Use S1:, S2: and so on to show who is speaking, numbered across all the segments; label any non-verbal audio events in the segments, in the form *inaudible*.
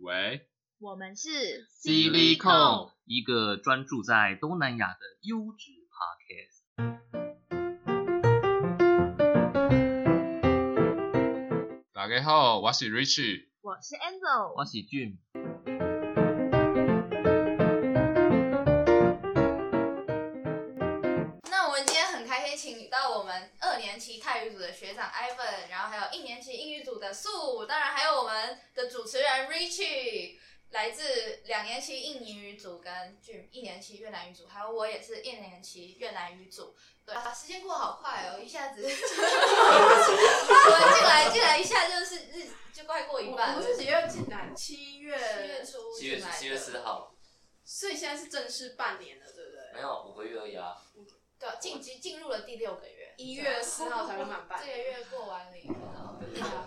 S1: 喂，
S2: 我们是
S1: Silly Con
S3: 一个专注在东南亚的优质 podcast。
S1: 大家好，我是 Rich。
S2: 我是 Angel，
S3: 我是俊，
S4: 那我们今天很开心，请到我们二年级泰语组的学长 Ivan，然后还有一年级英语组的素，当然还有我们的主持人 Richie，来自两年级印尼语组跟俊一年级越南语组，还有我也是一年级越南语组。对啊，时间过好快哦，一下子，我啊们进来进来一下就是日就快过一
S5: 我
S4: 半
S5: 我
S4: 了。
S5: 是几月进来？七月，
S4: 七月初
S6: 七月
S4: 进来的
S6: 七月四号，
S5: 所以现在是正式半年了，对不对？
S6: 没有五个月而已啊。
S4: 对，晋级进入了第六个月，
S5: 一月四号才会满半
S4: 这个
S5: 年。
S4: 月过完了以后。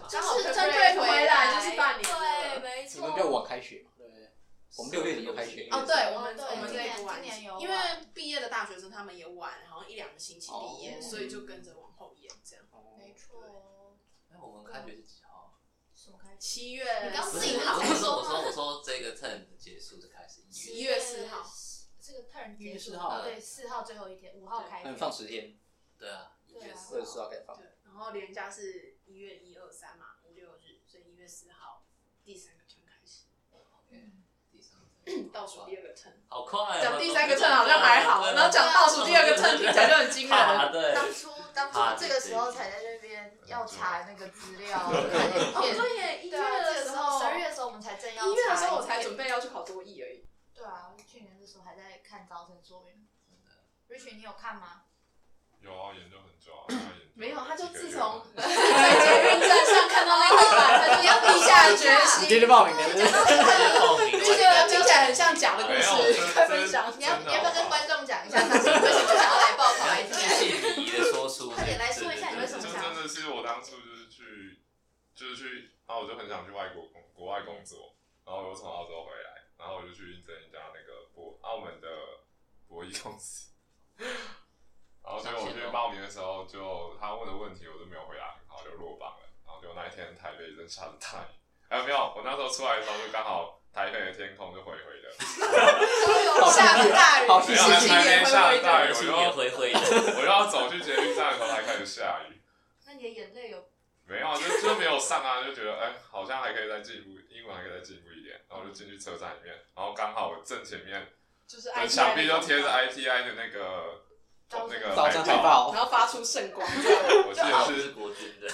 S5: 就
S4: 就是是
S5: 针
S4: 针
S5: 对
S4: 对
S5: 回
S4: 回
S5: 来
S4: 来
S5: 就是半年
S4: 对，
S5: 了。
S4: 没
S7: 你
S4: 错。
S7: 们比我晚开学嘛，对不对？我们六月底就开学
S5: 哦，对，我们
S4: 对
S5: 我们
S4: 今
S5: 这一
S4: 年
S5: 波晚
S4: 今年有
S5: 因为
S4: 晚
S5: 毕业的大学生他们也晚，好像一两个星期毕业，
S7: 哦
S5: 所以就跟着往后延这样。
S4: 没错。
S6: 那哎我们开学是几号？
S4: 什么开始？
S5: 七月
S4: 你刚
S6: 不
S4: 自
S6: 是，
S4: 己
S6: 我是说，
S4: 好
S6: 我说，我说这个 term 的结束就开始一月。
S5: 一月四号，
S4: 这个 turn
S7: 一月
S4: 结束
S7: 四号
S4: 对，四号最后一天，五号开
S7: 那
S4: 学
S7: 嗯你。放十天，
S6: 对啊，一月
S7: 二
S6: 四
S7: 十四
S6: 号。
S7: 号开始放
S5: 对。，然后连假是一月一二三嘛，五六日，所以一月四号第三个 turn 开始，
S6: OK，第三个。
S5: 倒数第二个 turn。
S6: 好快啊。
S4: 哎
S5: 讲第三个 turn 好像还好，
S4: 啊
S5: 然后讲倒数第二个 turn 听起来就很惊人。
S6: 啊，对。
S4: 当初当初这个时候才在那边要查那个资料，看影
S5: 哦，
S4: 片。
S5: 对，一月
S4: 对啊，这
S5: 的
S4: 个
S5: 时
S4: 时
S5: 候，
S4: 候十二月的时候我们才正要查
S5: 一月的时候我
S4: 影
S5: 才
S4: 片
S5: 准。备要去考多艺而已。 *laughs*
S4: 对啊，去年的时候还在看招生说明。Rich，你有看 *laughs* 吗？
S1: 有啊，研究很久
S4: *coughs*
S1: 啊，他研究
S5: 没有，他就
S1: 几个月
S5: 自从
S1: 了
S5: 在捷运站上看到那个板，他就要低下决
S7: 你
S5: *laughs* 心。
S7: 今天报名的，
S6: *laughs* 报名。
S5: 就觉得听起来很像假的故
S1: 没有，
S5: 事，快分
S1: 真
S5: 享。
S4: 你要
S1: 真
S4: 你
S1: 的
S4: 要不要
S1: 好
S4: 跟
S1: 不好
S4: 观众讲一
S7: *laughs*
S4: 下，当时为什么想要来报考
S6: 来
S4: i p
S6: 具体的说出。
S4: 快点来说一下你为什
S1: 这
S4: 么想
S1: 真的是我当初就是去，就是去，然后我就很想去外国工国外工作，然后我又从澳洲回来，然后我就去应征一家那个博澳门的博弈公司，然后结果我去报名的时候就，他问的问题我都没有回答，然后就落榜了，然后就那一天台北真下着大雨，哎没有，我那时候出来的时候就刚好台北的天空就灰灰的， *laughs*
S5: 下着大雨，
S7: 好
S5: 心
S1: 没有
S7: 谢
S1: 台
S5: 情也
S1: 北
S5: 灰
S1: 下
S5: 灰
S1: 着大
S5: 的。
S1: 雨，我
S6: 心
S1: 就
S6: *laughs* 也灰灰的。
S1: *laughs* 我就要走去捷运站的时候才开始下雨。
S4: 那你的眼泪有
S1: 没有，就就没有上啊，就觉得哎、好像还可以再进步，英文还可以再进步一点，然后就进去车站里面，然后刚好我正前面
S5: 就是
S1: 的
S5: ITI
S1: 墙壁就贴着 ITI 的那个
S4: 招
S1: 那
S4: 生
S1: 个
S7: 早上海
S1: 海，
S7: 报，
S5: 然后发出圣光。
S1: 我记
S6: 我
S1: 得
S6: 是
S1: 是
S6: 国军的，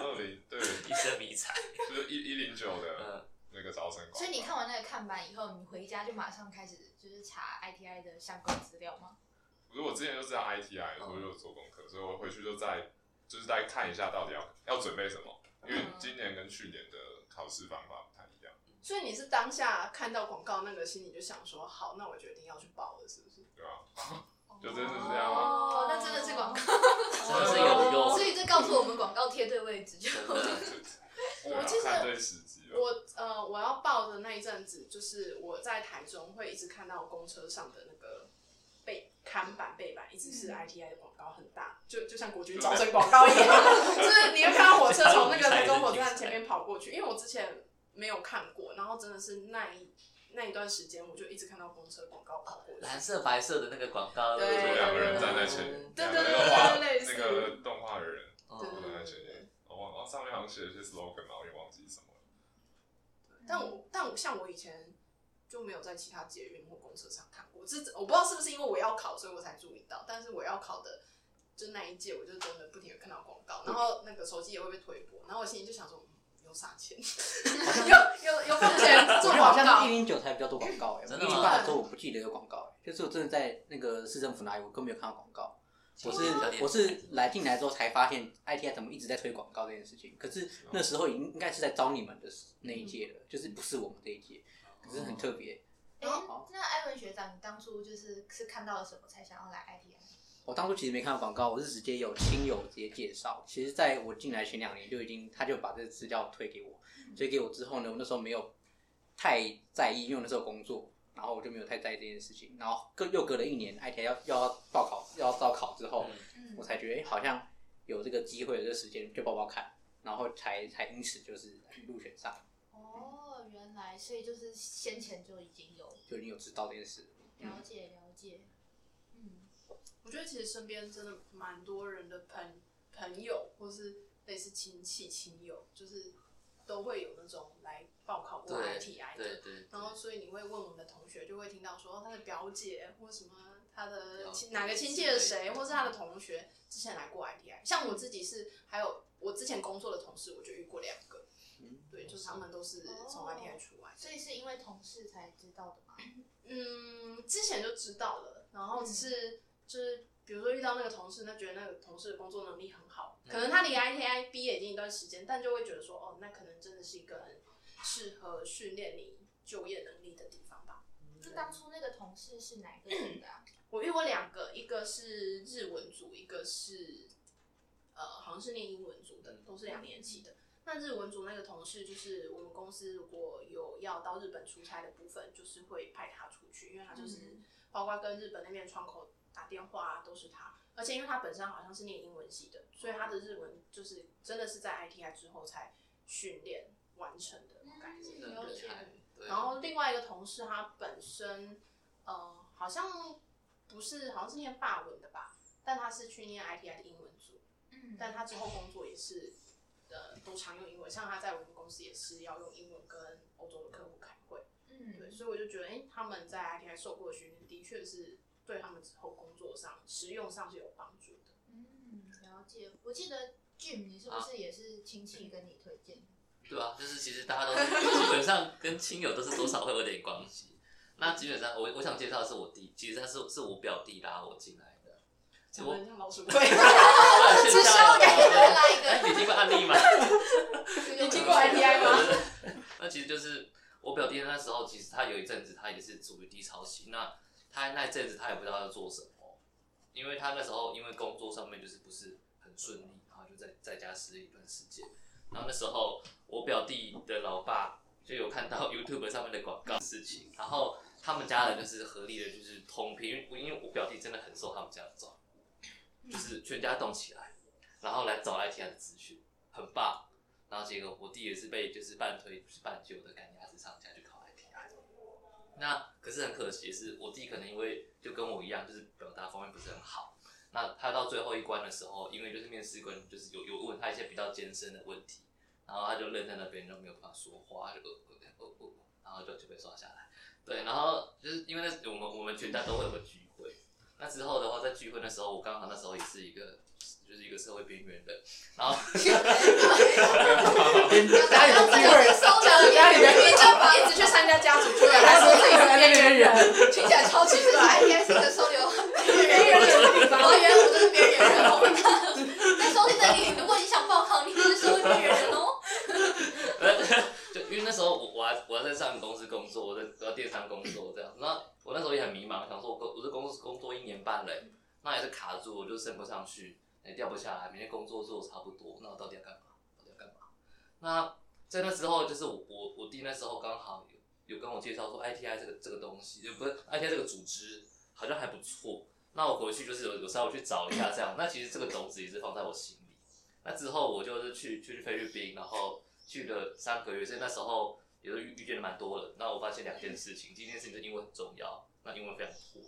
S1: 二零对，
S6: 一身迷彩。
S1: 就是一一零九的
S6: 嗯，
S1: 那个招生广告。
S4: 所以你看完那个看板以后，你回家就马上开始就是查 ITI 的相关资料吗？
S1: 不是我之前就知道 ITI，所以我
S4: 嗯
S1: 就做功课，所以我回去就再就是再看一下到底要要准备什么，
S4: 嗯
S1: 因为今年跟去年的考试方法不太一样。
S5: 所以你是当下看到广告那个，心里就想说，好，那我决定要去报了，是不是？
S1: 就真的是这样吗
S4: 哦，那真的是广告，
S6: 真的是有用。
S4: 所以这告诉我们广告贴对位置就。
S6: 真
S4: *laughs*
S1: *laughs*
S6: 的
S1: 对啊
S5: 我其实
S1: 看对时机了。
S5: 我呃，我要报的那一阵子，就是我在台中会一直看到公车上的那个背看板背板，一直是
S6: 嗯
S5: ITI 的广告很大，就就像国军
S1: *laughs*
S5: 招生广告一样， *laughs* 就是你会看到火车从那个台中火车站前面跑过去，因为我之前没有看过，然后真的是那一那一段时间，我就一直看到公车广告跑过去。
S6: 蓝色白色的那个广告，
S5: 对
S1: 就
S6: 不
S1: 两个人站在前面，
S5: 对
S1: 两
S5: 对
S1: 个
S5: 对
S1: 人
S5: 对
S1: 画
S5: 对，类似
S1: 那个动画的人
S6: 嗯
S5: 对
S1: 坐
S5: 对
S1: 在
S5: 对
S1: 前
S5: 对对
S1: 面。我忘，哦上面好像写了一些 slogan 嘛，我也忘记什么了。
S5: 但
S4: *laughs*
S5: 我但我像我以前就没有在其他捷运或公车上看过，这我不知道是不是因为我要考，所以我才注意到。但是我要考的就那一届，我就真的不停的看到广告，然后那个手机也会被推播，然后我心里就想说，嗯，有撒钱， *laughs* 有有有付
S7: *laughs*
S5: 钱
S7: 我
S5: 做
S7: 觉得好
S5: 广
S7: 像是
S5: 告
S7: 一。零九才比较多广告，一
S6: 真的
S7: 零
S6: 吗
S7: 八的时候我不记得有广告，欸就是我真的在那个市政府那里，我根本没有看到广
S6: 哦
S7: 告。我是我是来进来之后才发现 ITI 怎么一直在推广告这件事情，可是
S6: 哦
S7: 那时候已经应该是在招你们的那
S6: 嗯
S7: 一届了，就是不是我们这一届，
S6: 哦
S7: 可是很特别。
S4: 哎，
S7: 哦
S4: 那艾文学长，你当初就是是看到了什么才想要来 ITI？
S7: 我当初其实没看到广告，我是直接有亲友直接介绍。其实在我进来前两年就已经，他就把这个资料推给我，推给我之后呢，我那时候没有太在意，因为我那时候工作，然后我就没有太在意这件事情。然后隔又隔了一年，IT 要要报考要招考之后，
S4: 嗯
S7: 我才觉得、诶好像有这个机会，有这个时间就报报看，然后才才因此就是入选上。
S4: 哦，原原来，所以就是先前就已经有
S7: 就你有知道这件事，
S4: 了解了解，嗯，
S5: 我觉得其实身边真的蛮多人的朋朋友或是类似亲戚亲友，就是都会有那种来报考过
S6: 对
S5: ITI
S6: 对
S5: 的。
S6: 对，
S5: 然后，所以你会问我们的同学，就会听到说他的表姐或什么他的
S6: 表
S5: 亲
S6: 姐
S5: 哪个亲戚的
S6: 之类
S5: 谁，
S6: 的
S5: 或是他的同学之前来过 ITI。像我自己是，还有我之前工作的同事，我就遇过两个，
S7: 嗯
S5: 对，就是他们都是从
S4: 哦
S5: ITI 出来的。
S4: 所以是因为同事才知道的嘛，
S5: 嗯，之前就知道了，然后只
S6: 嗯
S5: 是、就是，比如说遇到那个同事，那觉得那个同事的工作能力很好，
S6: 嗯
S5: 可能他离 ITI 毕业已经一段时间，但就会觉得说，哦，那可能真的是一个很适合训练你就业能力的地方吧。
S4: 那当初那个同事是哪一个组的、啊？
S5: 我遇过两个，一个是日文组，一个是呃，好像是念英文组的，都是两年级的。
S6: 嗯
S5: 那日文组那个同事，就是我们公司如果有要到日本出差的部分，就是会派他出去，因为他就是
S4: 嗯
S5: 包括跟日本那边窗口打电话、啊、都是他，而且因为他本身好像是念英文系的，所以他的日文就是真的是在 ITI 之后才训练完成的感觉。
S4: 嗯
S6: 真的很厉害。对
S5: 然后另外一个同事他本身呃好像不是好像是念法文的吧，但他是去念 ITI 的英文组，
S4: 嗯
S5: 但他之后工作也是呃都常用英文，像他在我们公司也是要用英文跟欧洲的客户开会，对，
S4: 嗯，
S5: 所以我就觉得哎、诶他们在 ITI 受过的训练的确是对他们之后工作上实用上是有帮助的。
S4: 嗯，了解。我记得 Jim，你是
S5: 啊
S4: 不是也是亲戚跟你推荐的？
S6: 对啊，就是其实大家都是基本上跟亲友都是多少会有点关系。那基本上我我想介绍的是我弟，其实他是是我表弟拉我进来的。
S5: 讲
S6: 我
S5: 得很像老鼠会。
S7: *laughs*
S6: 对，
S5: 直销
S4: 感觉会拉一个
S6: 啊哎，你听过案例吗？
S5: 你听过 ITI 吗？
S6: *laughs* 那其实就是我表弟那时候，其实他有一阵子他也是处于低潮期。那他那一阵子他也不知道要做什么，因为他那时候因为工作上面就是不是很顺利，然后就在在家失业一段时间。然后那时候我表弟的老爸就有看到 YouTube 上面的广告事情，然后他们家人就是合力的，就是同频，因为我因为我表弟真的很受他们家的照顾，就是全家动起来，然后来找 IT 的资讯，很棒。然后结果我弟也是被就是半推半就的赶鸭子上架去考 ITI。那可是很可惜的是，我弟可能因为就跟我一样，就是表达方面不是很好。那他到最后一关的时候，因为就是面试官就是有有问他一些比较艰深的问题，然后他就愣在那边都没有办法说话，就呃呃呃呃，然后就就被刷下来。对，然后就是因为那我们我们全家都会有个聚会，那之后的话，在聚会的时候，我刚好那时候也是一个就是一个社会边缘人，然后
S7: 大家 *laughs* 有机会，
S4: 收的
S5: 家里面就一直去参加家族
S7: *laughs*
S5: 聚会，还啊说自己是边缘人。
S4: 听起来超级帅。ITI *laughs* 啊是一个收留
S5: 边缘人的地
S4: 然
S5: 方
S4: 后哦原来我就是边缘人哦。 *laughs* 在收听这里，如果你想报考，你就是社会边缘人哦。
S5: *laughs*
S6: *laughs* 就因为那时候我我还我还在上一个公司工作，我在我在电商工作这样，然后我那时候也很迷茫，想说我工我这公司工作一年半嘞、那也是卡住，我就升不上去，也掉不下来，每天工作做得差不多，那我到底要干嘛？到底要干嘛？那在那时候就是我我我弟那时候刚好有有跟我介绍说 ITI 这个这个东西，呃就不是 ITI 这个组织好像还不错，那我回去就是有有稍微去找一下这样，那其实这个种子也是放在我心里。那之后我就是去去菲律宾，然后去了三个月，所以那时候也是遇遇见了蛮多人。那我发现两件事情，第一件事情就是英文很重要，那英文非常破，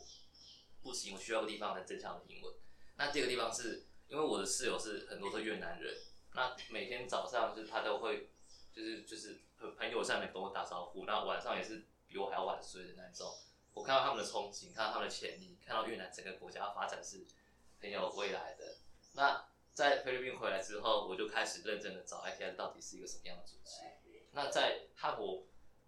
S6: 不行，我需要个地方来增强我的英文。那第二个地方是因为我的室友是很多是越南人，那每天早上就是他都会就是就是很很友善的跟我打招呼，那晚上也是比我还要晚睡的那种。我看到他们的憧憬，看到他们的潜力，看到越南整个国家发展是很有未来的。那在菲律宾回来之后，我就开始认真的找 ITI 到底是一个什么样的组织。那在和我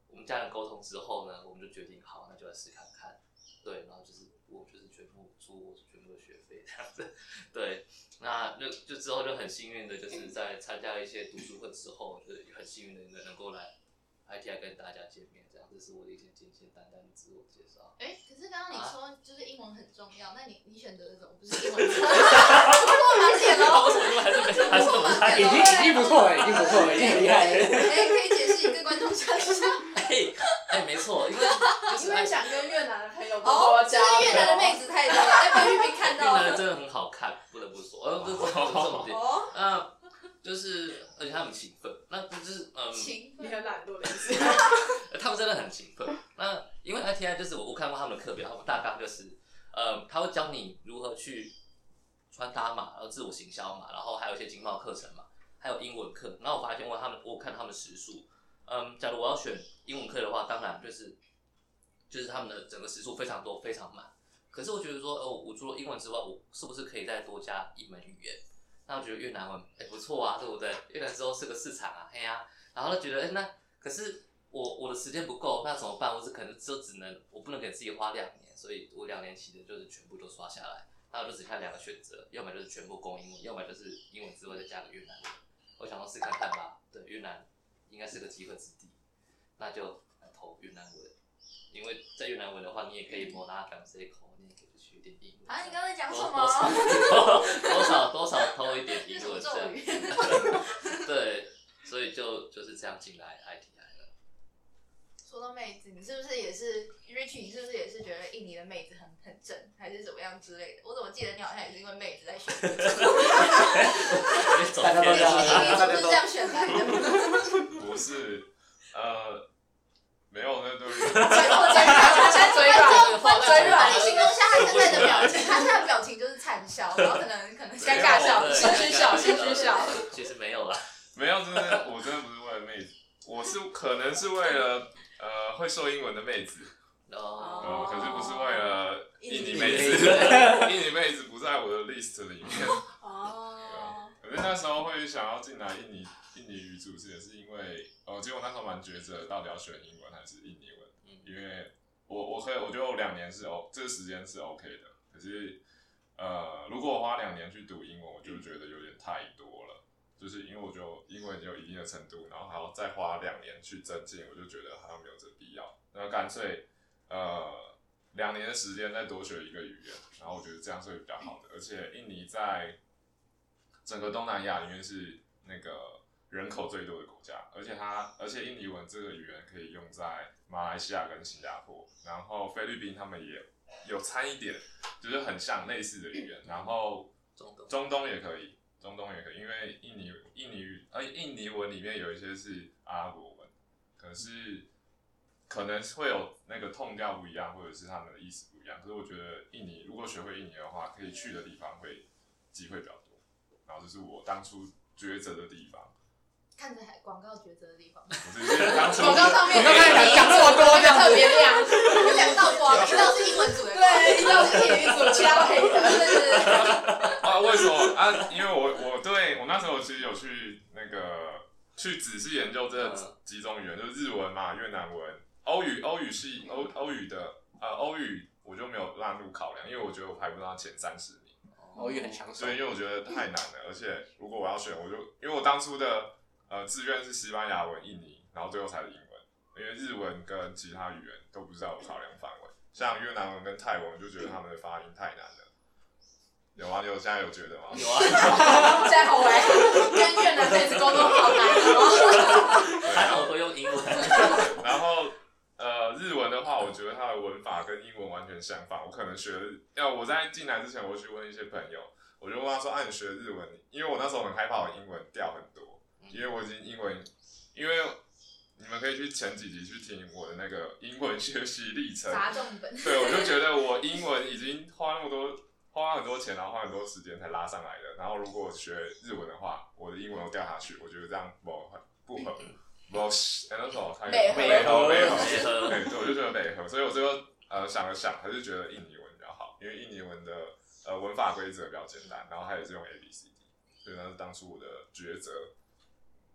S6: 我们家人沟通之后呢，我们就决定好，那就来试看看。对，然后就是我就是全部出我全部的学费这样子。对，那就就之后就很幸运的，就是在参加一些读书会之后，就是很幸运的能能够来 ITI 跟大家见面，这样这是我的一些简简单单的自我介绍。
S4: 哎，可是刚刚
S6: 你
S5: 啊
S4: 说就是英文很重要，那你你选择的怎么不是英文？ *laughs* 突破盲点
S6: 啊
S4: 喽！
S6: 为什么 *laughs* 还是
S5: *laughs*
S6: 没还是不 *laughs*
S7: 已经已经不错了，已经不错了，已经很厉害了。
S4: 哎，可以解释一个观众想一下，
S6: 哎哎，没错，因为就是
S5: 因为
S6: ITI
S5: 想跟越南的朋友
S4: 哦
S5: 多，
S4: 这
S5: 交
S4: 是
S5: 流。
S4: 越南的妹子太多了，在菲律宾看
S6: 越
S4: 到
S6: 南
S4: 了
S6: 的。真的很好看，不得不说，呃，这是这是
S4: *laughs*
S6: 重点。
S4: 哦，
S6: 那就是，而且他们勤奋，那就是嗯，
S4: 勤
S5: 你
S4: 奋。
S5: 很懒惰的意思。
S6: 他们真的很勤奋。那因为 ITI 就是我我看过他们的课表，他们大纲就是，呃，他会教你如何去穿搭嘛，然后自我行销嘛，然后还有一些经贸课程嘛，还有英文课。然后我发现我他们我看他们的时数，嗯，假如我要选英文课的话，当然就是就是他们的整个时数非常多，非常满。可是我觉得说，哦，我除了英文之外，我是不是可以再多加一门语言？那我觉得越南文哎、不错啊，对不对？越南之后是个市场啊，嘿呀、然后就觉得，哎、那可是我我的时间不够，那怎么办？我只可能就只能，我不能给自己花两年，所以我两年期的就是全部都刷下来，那我就只看两个选择，要么就是全部攻英文，要么就是英文之外再加个越南文。我想要试看看吧，对，越南应该是个机会之地，那就来投越南文，因为在越南文的话，你也可以摩拉港这一口，你也可以学一点英文。
S4: 啊，你刚才讲什
S6: 多
S4: 么？
S6: 多少多少偷一点
S4: 这
S6: 英
S4: 是什么
S6: 文这
S4: 咒语？
S6: 样，对，所以就就是这样进来 ITI 了。
S4: 说到妹子，你是不是也是 Rich？你是不是也是觉得印尼的妹子很很正，还是怎么样之类的？我怎么记得你好像也是因为妹子在选，你
S7: 大家都
S6: *laughs*
S4: 印
S7: 这
S4: 尼是
S7: 样
S4: 不是这样选来的？
S1: 不是，呃，没有那对于
S4: 转头转头转
S5: 嘴软
S4: 观众嘴软，你形容一下他现在的表情，他现在的表情就是惨笑，然后可能可能尴尬笑，
S6: 对
S5: 心虚笑
S6: 尴尬
S5: 心虚笑。
S6: 其实没有啦，
S1: 没有，真的，我真的不是为了妹子，我是可能是为了呃会说英文的妹子，
S6: 哦，
S1: 呃，可是不是为了印尼妹
S7: 印尼
S1: 子
S6: 妹，
S1: *laughs* 印尼妹子不在我的 list 里面。
S5: 哦，
S1: 可是那时候会想要进来印尼印尼语组，也是因为呃，其实我那时候蛮抉择，到底要选英文还是印尼文，
S6: 嗯
S1: 因为我我可以，我觉得我两年是 O，这个时间是 OK 的，可是呃，如果我花两年去读英文，我就觉得有点太多了。就是因为我觉得我英文已经有一定的程度，然后还要再花两年去增进，我就觉得好像没有这必要。那干脆呃两年的时间再多学一个语言，然后我觉得这样是会比较好的。而且印尼在整个东南亚里面是那个人口最多的国家，而且它而且印尼文这个语言可以用在马来西亚跟新加坡，然后菲律宾他们也有掺一点，就是很像类似的语言，然后
S6: 中东
S1: 中东也可以，中东也可以，因为印尼印尼语呃印尼文里面有一些是阿拉伯文，可是可能会有那个痛调不一样，或者是他们的意思不一样。可是我觉得印尼如果学会印尼的话，可以去的地方会机会比较多。然后这是我当初抉择的地方，
S4: 看着还广告抉择的地方，
S1: 我是因为当初
S5: 广告上面
S7: 你刚才讲讲这么多这样子
S5: 特别亮，
S4: 两道光，一道是英文组的光，
S5: 对，一道是英语组，其他黑
S4: 对
S5: 的。
S4: 对对 *laughs* 对。
S1: 啊，为什么啊？因为我我对我那时候其实有去那个去仔细研究这
S6: 嗯
S1: 几种语言，就是日文嘛、越南文、欧语、欧语系、欧欧语的呃欧语，我就没有纳入考量，因为我觉得我排不到前三十名。
S7: 哦我也很抢手
S1: 所以，因为我觉得太难了，而且如果我要选，我就因为我当初的呃志愿是西班牙文、印尼，然后最后才是英文，因为日文跟其他语言都不是在我考量范围。像越南文跟泰文，我就觉得他们的发音太难了。有啊，你有现在有觉得吗？
S6: 有啊， *laughs*
S5: 现在好玩，跟越南妹子沟通好难哦。
S1: 对
S6: 还好我都用英文。
S1: 然后呃，日文的话，我觉得它的文法跟英文完全相反。我可能学日，要我在进来之前，我去问一些朋友，我就问他说：“啊，你学日文？”因为我那时候很害怕我英文掉很多，因为我已经英文，因为你们可以去前几集去听我的那个英文学习历程，
S4: 砸重本。
S1: 对，我就觉得我英文已经花那么多，花很多钱，然后花很多时间才拉上来的。然后如果我学日文的话，我的英文又掉下去，我觉得这样不合不合，不是，哎那时候他
S4: 美合
S1: 美合美合
S6: 美合
S1: 对，对，我就觉得美合，所以我最后呃想了想，还是觉得印尼文比较好，因为印尼文的呃文法规则比较简单，然后它也是用 A B C D，所以那是当初我的抉择，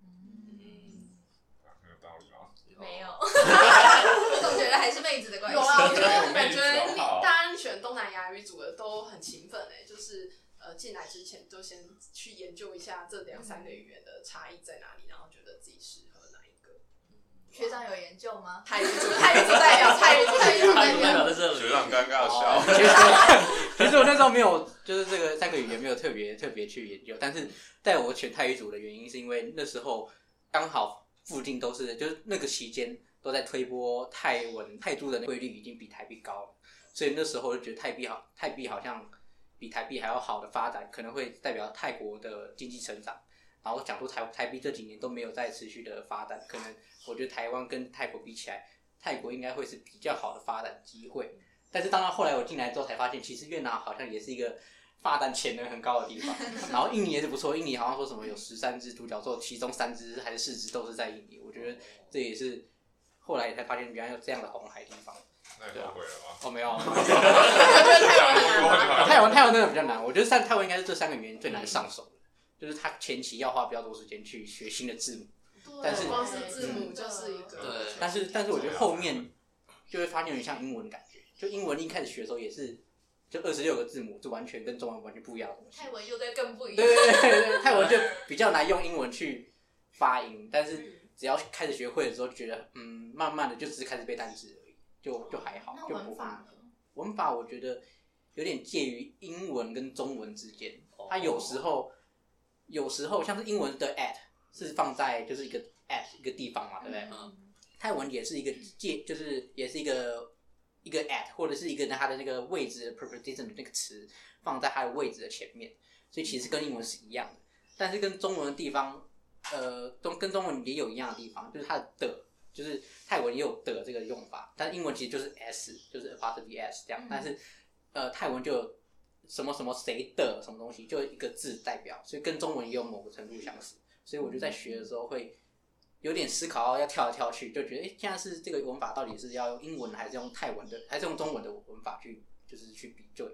S6: 嗯
S1: 啊很有道理吗？
S4: 没有，我总觉得还是妹子的关系。
S5: 有啊，
S4: *laughs*
S5: 我觉得感觉
S1: 妹子
S5: 你
S1: 好
S5: 大家选东南亚语组的都很勤奋哎、就是呃进来之前就先去研究一下这两三个语言的差异在哪里，然后觉得自己适合哪一个。
S4: 学长有研究吗？
S5: 泰语组，泰语组代表，泰语组，泰语组
S6: 他
S5: 代
S6: 有代
S5: 表。
S6: 表在 *laughs* 这里，
S1: 学长尴尬笑。
S7: 其实我 *laughs* 其实我那时候没有，就是这个三个语言没有特别特别去研究，但是在我选泰语组的原因，是因为那时候刚好附近都是，就是那个期间都在推波泰文泰铢的汇率已经比台币高了，所以那时候就觉得泰币好，泰币好像比台币还要好的发展，可能会代表泰国的经济成长。然后讲说台台币这几年都没有再持续的发展，可能我觉得台湾跟泰国比起来，泰国应该会是比较好的发展机会。但是当然后来我进来之后才发现，其实越南好像也是一个发展潜能很高的地方。然后印尼也是不错，印尼好像说什么有十三只独角兽，其中三只还是四只都是在印尼。我觉得这也是后来才发现原来有这样的红海地方。
S1: 那你后悔了吗？
S7: 哦，没有。
S1: 讲过就好
S7: 哦泰文泰文真的比较难，我觉得上泰文应该是这三个语言最难上手的，就是他前期要花比较多时间去学新的字母，但是
S5: 光是字母就是一个，
S6: 对
S7: 但是但是我觉得后面就会发现有点像英文的感觉，就英文一开始学的时候也是就二十六个字母，就完全跟中文完全不一样的东西。
S4: 泰文又在更不一
S7: 对
S4: 样。
S7: 对对对，对泰文就比较难用英文去发音，但是只要开始学会的时候，觉得嗯，慢慢的就只是开始背单词而已，就就还好，
S4: 那
S7: 就
S4: 文
S7: 不
S4: 法呢？
S7: 文法我觉得有点介于英文跟中文之间
S6: 哦，
S7: 它有时候有时候像是英文的 at 是放在就是一个 at 一个地方嘛，对不对？
S6: 嗯
S7: 泰文也是一个介，就是也是一个一个 at 或者是一个它的那个位置的 preposition 那个词放在它的位置的前面，所以其实跟英文是一样的，但是跟中文的地方，呃，中跟中文也有一样的地方，就是它的的，就是泰文也有的这个用法，但是英文其实就是 s，就是 apostrophe s 这样，
S4: 嗯
S7: 但是呃泰文就有什么什么谁的什么东西，就一个字代表，所以跟中文也有某个程度相似，所以我就在学的时候会。有点思考到要跳来跳去，就觉得哎、诶现在是这个文法到底是要用英文还是用泰文的，还是用中文的文法去就是去比对，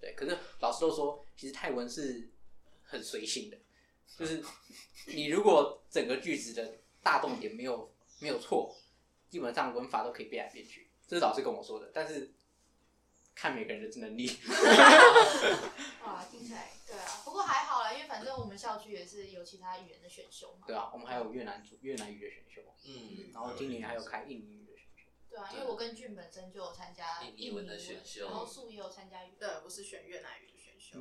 S7: 对。可是老师都说，其实泰文是很随性的，就是你如果整个句子的大重点没有没有错，基本上文法都可以变来变去，这是老师跟我说的。但是看每个人的能力，
S4: 哇，听起来对啊，不过还好啦，因为反正我们校区也是有其他语言的选修嘛。
S7: 对吧、我们还有越南组越南语的选修，
S6: 嗯，
S7: 然后今年还有开印尼语的选修。
S4: 对啊，因为我跟俊本身就有参加
S6: 印尼文的选修
S4: 然后素也有参加语文。
S5: 对，我是选越南语的选修。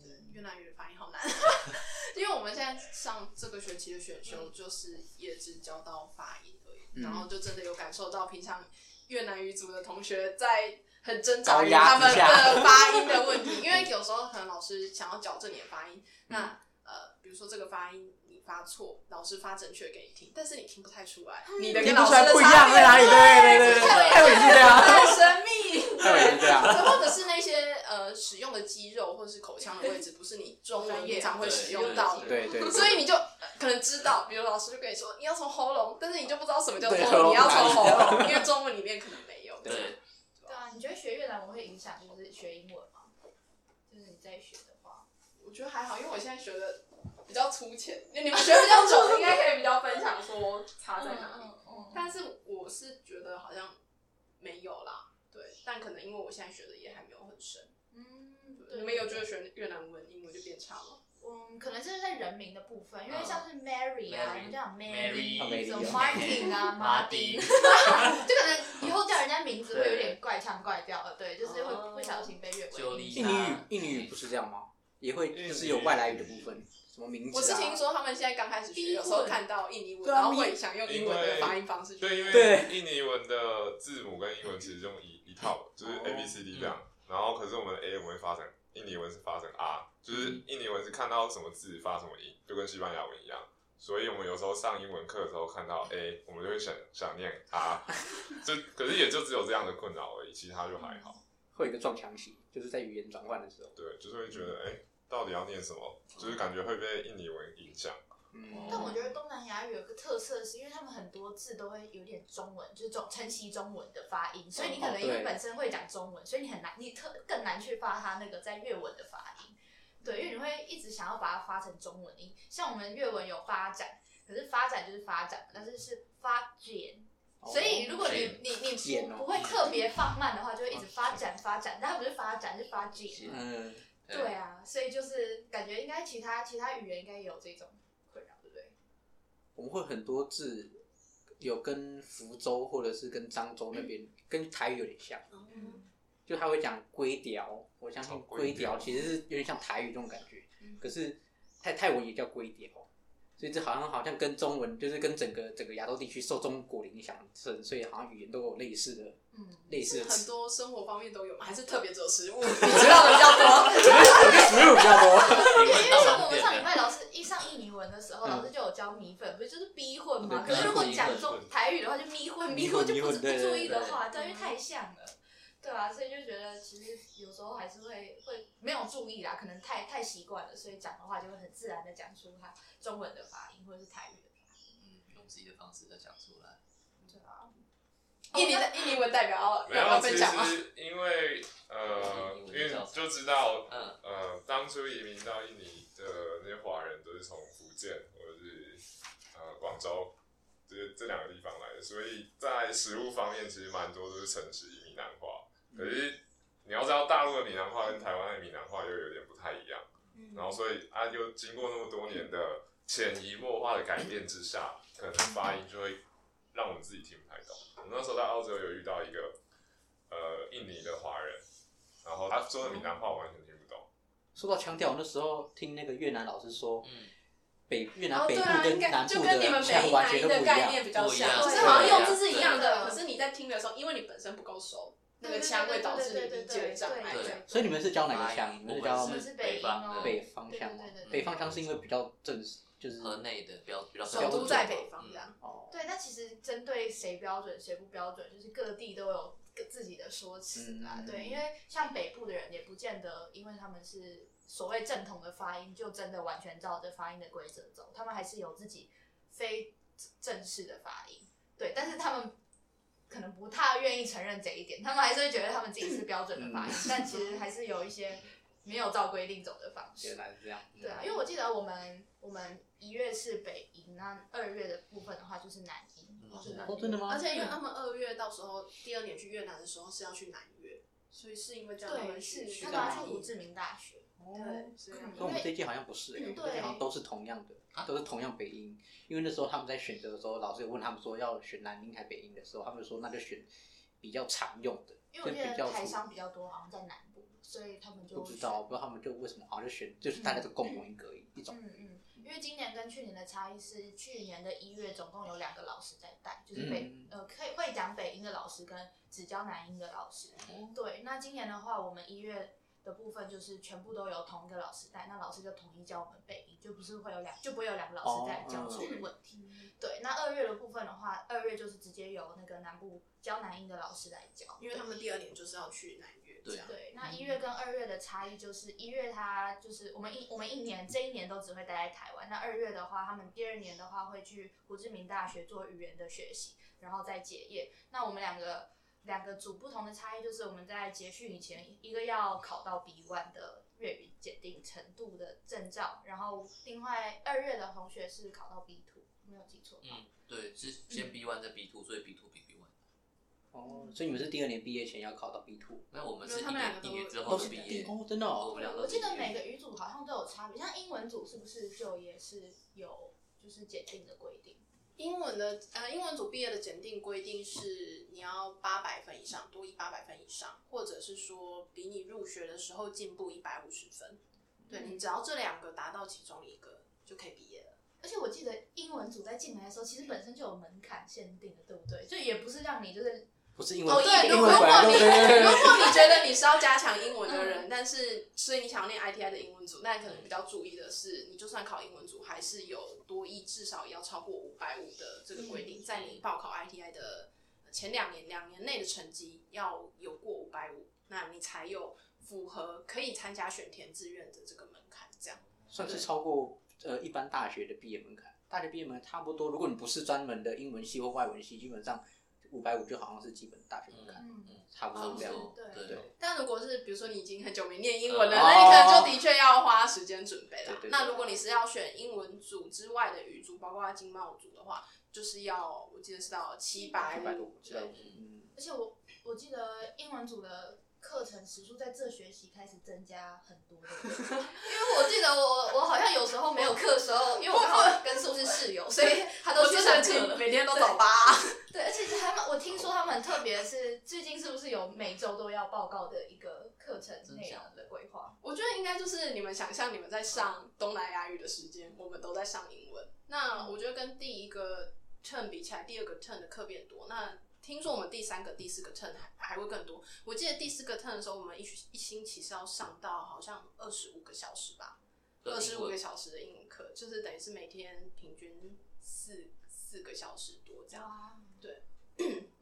S5: 对
S7: 嗯，
S5: 越南语的发音好难， *laughs* 因为我们现在上这个学期的选修就是也只教到发音而已，
S7: 嗯
S5: 然后就真的有感受到平常越南语组的同学在很挣
S7: 高
S5: 扎于他
S7: 压之
S5: 们
S7: 下嗯
S5: 的发音的问题，因为有时候可能老师想要矫正你的发音，那呃，比如说这个发音你发错，老师发正确给你听，但是你听不太出来，你的跟
S7: 嗯听
S5: 老
S7: 不
S5: 师
S7: 出
S5: 的
S7: 来不一样在哪
S5: 差
S7: 里？
S5: 别
S7: 对对对对，
S5: 对
S7: 泰文也是这样，
S5: *laughs* 太神秘。
S7: 泰文也是这样。
S5: *laughs* 或者是那些呃使用的肌肉或者是口腔的位置，不是你中文平常会使用到的，
S7: 对对对，
S5: 所以你就呃可能知道，比如老师就跟你说你要从喉咙，但是你就不知道什么叫做
S7: 对喉咙
S5: 你要从喉咙， *laughs* 因为中文里面可能没有。
S6: 对，
S4: 对啊，你觉得学越南文会影响就是学英文吗？就是你在学的话，
S5: 我觉得还好，因为我现在学的比较粗浅，你们学比较久的应该可以比较分享说差在哪里。
S4: 嗯
S5: 但是我是觉得好像没有啦，对，但可能因为我现在学的也还没有很深。
S4: 嗯，对
S5: 你们有觉得学越南文英文就变差吗？
S4: 嗯，可能是在人名的部分，因为
S6: 嗯
S4: 像是 Mary 啊，
S6: Mary
S4: 我们讲
S6: Mary
S4: 什么
S7: 哦
S4: Martin 啊
S6: *laughs* Martin
S4: ，Martin，就 *laughs* 可能以后叫人家名字会有点怪腔怪调了，对，就是会
S5: 哦
S4: 不小心被越
S6: 就
S4: 文
S6: 丽
S4: 影
S6: 莎
S7: 印
S4: 响。
S7: 尼语印尼语不是这样吗？也会就是有外来语的部分，什么名字、啊？
S5: 我是听说他们现在刚开始学，有时候看到印尼文，
S7: 对啊
S5: 然后会想用英文的发音方式去
S1: 对，因为
S7: 对
S1: 印尼文的字母跟英文其实用一一套，就是
S7: 哦
S1: A B C
S5: 嗯
S1: D 这样。然后可是我们的 A 我们会发成印尼文是发成 R，就是印尼文是看到什么字发什么音，就跟西班牙文一样。所以我们有时候上英文课的时候看到 A，我们就会想想念 R，就
S5: *laughs*
S1: 可是也就只有这样的困扰而已，其他就还好。
S7: 会有一个撞墙期，就是在语言转换的时候。
S5: 嗯
S1: 对，就是会觉得哎、到底要念什么？就是感觉会被印尼文影响。
S7: 嗯，
S4: 但我觉得东南亚语有个特色是，因为他们很多字都会有点中文，就是这种承袭中文的发音，所以你可
S7: 哦
S4: 能因为
S7: 对
S4: 本身会讲中文，所以你很难，你特更难去发它那个在粤文的发音。对，因为你会一直想要把它发成中文音。像我们粤文有发展，可是发展就是发展，但是是发展。所以如果你你你
S7: 简
S4: 不
S7: 哦
S4: 不会特别放慢的话，就会一直发展发展，但它不是发展是发展。
S6: 是
S7: 嗯，
S4: 对啊，所以就是感觉应该其他其他语言应该也有这种困扰，对不对？
S7: 我们会很多字有跟福州或者是跟漳州那
S5: 嗯
S7: 边跟台语有点像，就他会讲龟雕，我相信
S1: 哦龟
S7: 龟雕
S1: 雕
S7: 其实是有点像台语这种感觉
S5: 嗯，
S7: 可是泰泰文也叫龟雕，所以这好像好像跟中文就是跟整个整个亚洲地区受中国的影响深，所以好像语言都有类似的
S4: 嗯，
S7: 类似的
S5: 很
S7: 词，
S5: 多生活方面都有吗？还是特别只有
S7: *laughs*
S5: 食物？
S7: 你知道的比较多，我对食物比较多， *laughs*
S6: 你
S4: 因为
S6: 们到
S4: 像我们
S6: 盲点
S4: 上礼
S6: 了。
S4: 拜老师一上印尼文的时候，
S7: 嗯
S4: 老师就有教米粉，不是就是逼混嘛？可
S7: 对
S4: 是如果
S6: 逼混
S4: 讲中台语的话，就咪混咪混，就
S7: 迷
S4: 不
S7: 混
S4: 是不
S7: 对对
S4: 注意的
S6: 对
S4: 话，对，因为太像了。对啊，所以就觉得其实有时候还是会会没有注意啦，可能太太习惯了，所以讲的话就会很自然的讲出它中文的发音或者是台语的发
S6: 嗯，用自己的方式再讲出来。
S4: 音。对啊，
S6: 哦
S5: 印尼的印尼文代表要
S1: 没
S5: 要要
S1: 有，其
S5: 分享吗？
S1: 实因为呃，因为就知道
S6: 嗯，
S1: 呃，当初移民到印尼的那些华人都是从福建或者是呃广州这这两个地方来的，所以在食物方面其实蛮多都是城市闽南话。可是你要知道，大陆的闽南话跟台湾的闽南话又有点不太一样，然后所以啊，又经过那么多年的潜移默化的改变之下，可能发音就会让我们自己听不太懂。我那时候在澳洲有遇到一个呃印尼的华人，然后他说的闽南话我完全听不懂。
S7: 说到腔调，我那时候听那个越南老师说，
S6: 嗯
S7: 北越
S5: 然
S7: 南
S5: 后
S7: 北
S5: 对
S7: 部
S5: 啊，应
S7: 跟
S5: 该
S7: 南
S5: 就
S7: 部
S5: 跟你们
S7: 的
S5: 北
S7: 腔
S5: 一
S7: 完
S5: 南
S7: 全
S5: 一
S7: 都不
S5: 的
S7: 一
S5: 概
S7: 样。啊
S5: 念比较像，
S6: 不一样
S5: 就是好像用字是一样
S4: 对
S5: 的，可是你在听的时候，因为你本身不够熟，那个腔会导致你理解的障碍。
S6: 对
S5: 这样
S7: 所以你们是教哪个腔？
S6: 我
S7: 你
S6: 们
S7: 们是教
S4: 们
S6: 是
S4: 是北
S6: 方
S4: 音哦
S6: 的
S7: 北方腔吗
S4: 对对对？对
S7: 北方腔是因为比较正式，就是
S6: 河内的比较比较
S5: 首都在北方这
S6: 的。
S5: 样，
S7: 哦，
S4: 对，那其实针对谁标准谁不标准，就是各地都有各自己的说辞啦。
S7: 嗯
S4: 对，因为像北部的人也不见得，因为他们是所谓正统的发音，就真的完全照着发音的规则走，他们还是有自己非正式的发音。对，但是他们可能不太愿意承认这一点，他们还是会觉得他们自己是标准的发音，
S7: 嗯
S4: 但其实还是有一些没有照规定走的方式
S7: 原。来是这样。
S4: 对啊，因为我记得我们我们一月是北音，那二月的部分的话就是南音，
S6: 嗯
S4: 就是南
S7: 哦，真的吗？
S5: 而且因为他们二月到时候第二年去越南的时候是要去南越，所以是因为这样他
S4: 对
S5: 们去
S4: 是，
S5: 去
S4: 他
S5: 到
S4: 们
S5: 南
S4: 要去胡
S5: 越，
S4: 志明大学，
S7: 哦
S5: 对，所以他
S7: 跟我
S5: 们
S7: 们这一届好像不是、欸，
S4: 嗯
S7: 我们这一届好像
S4: 对
S7: 都是同样的，都是同样北音。因为那时候他们在选择的时候，老师有问他们说要选南音还北音的时候，他们就说那就选比较常用的，
S4: 因
S7: 就
S4: 为我
S7: 比
S4: 记得
S7: 较
S4: 台
S7: 出
S4: 商比较多，好像在南部，所以他们就
S7: 不知道，不知道他们就为什么好像就选，就是大家都共同一个一种。
S4: 嗯嗯，因为今年跟去年的差异是，去年的一月总共有两个老师在带，就是北、
S7: 嗯
S4: 呃可以会讲北音的老师跟只教南音的老师。对，那今年的话，我们一月的部分就是全部都有同一个老师带，那老师就统一教我们北音，就不是会有两就不会有两个老师在
S7: 哦
S4: 教错的问题。对，那二月的部分的话，二月就是直接由那个南部教南音的老师来教，
S5: 因为他们第二年就是要去南越，
S6: 对啊，
S4: 对，那一月跟二月的差异就是，一月它就是我们一我们一年这一年都只会待在台湾，那二月的话，他们第二年的话会去胡志明大学做语言的学习，然后再结业。那我们两个两个组不同的差异就是，我们在结训以前，一个要考到 B one 的粤语检定程度的证照，然后另外二月的同学是考到 B two，没有记错吧。
S6: 嗯，对，是先 B one 再 B two，所以 B two 比 B one。
S7: 哦，所以你们是第二年毕业前要考到 B two，
S6: 那我们
S5: 没有
S6: 是一
S5: 他们
S6: 年
S5: 两
S6: 一
S5: 个
S6: 年之
S5: 都
S6: 后
S7: 是
S6: 毕
S7: 第
S6: 业，
S7: 哦，真的
S6: 我
S7: 哦，
S6: 们两个
S4: 我
S6: 都
S4: 记得
S6: 毕业
S4: 每个语组好像都有差别，像英文组是不是就也是有就是检定的规定？
S5: 英文的呃，英文组毕业的检定规定是你要八百分以上，多一八百分以上，或者是说比你入学的时候进步一百五十分。对你只要这两个达到其中一个就可以毕业了。
S4: 而且我记得英文组在进来的时候，其实本身就有门槛限定的，对不对？就也不是让你就是
S7: 不是英文，
S4: 哦对
S7: 英
S5: 如
S7: 文
S5: 果
S7: 本来就对对对
S5: 你如
S7: 对。
S5: 果你觉得你是要加强英文的
S4: 嗯
S5: 人，但是所以你想要念 ITI 的英文组，那你可能比较注意的是，你就算考英文组，还是有多一至少也要超过五百五的这个规定，
S4: 嗯
S5: 在你报考 ITI 的前两年两年内的成绩要有过五百五，那你才有符合可以参加选填志愿的这个门槛。这样，
S7: 算是超过呃一般大学的毕业门槛。大学毕业门槛差不多，如果你不是专门的英文系或外文系，基本上五百五就好像是基本大学门槛，
S4: 嗯，
S7: 差不
S6: 差
S7: 多
S6: 不
S7: 这样。
S6: 多，
S4: 对
S6: 对。
S5: 但如果是比如说你已经很久没念英文了，
S6: 嗯
S5: 那你可能就的确要花时间准备
S7: 哦对
S5: 啦
S7: 对对。
S5: 那如果你是要选英文组之外的语组，包括经贸组的话，就是要我记得是到七百
S7: 七百多，七百
S5: 对
S7: 多，嗯，
S4: 而且我我记得英文组的课程时数在这学期开始增加很多的，对不对因为我记得我我好像有时候没有课的时候，因为我刚好跟宿是室友，所以他都
S5: 我
S4: 去
S5: 这
S4: 上
S5: 学
S4: 课
S5: 期
S4: 了。
S5: 每天都早八。
S4: 对，而且他们我听说他们很特别是最近是不是有每周都要报告的一个课程内容的规划？
S5: 我我觉得应该就是你们想象你们在上东南亚语的时间，我们都在上英文。
S7: 嗯
S5: 那我觉得跟第一个 turn 比起来，第二个 turn 的课变多。那听说我们第三个、第四个 turn 还还会更多。我记得第四个 turn 的时候，我们一学一星期是要上到好像二十五个小时吧，二十五个小时的英文课，就是等于是每天平均四四个小时多这样。 *clears throat*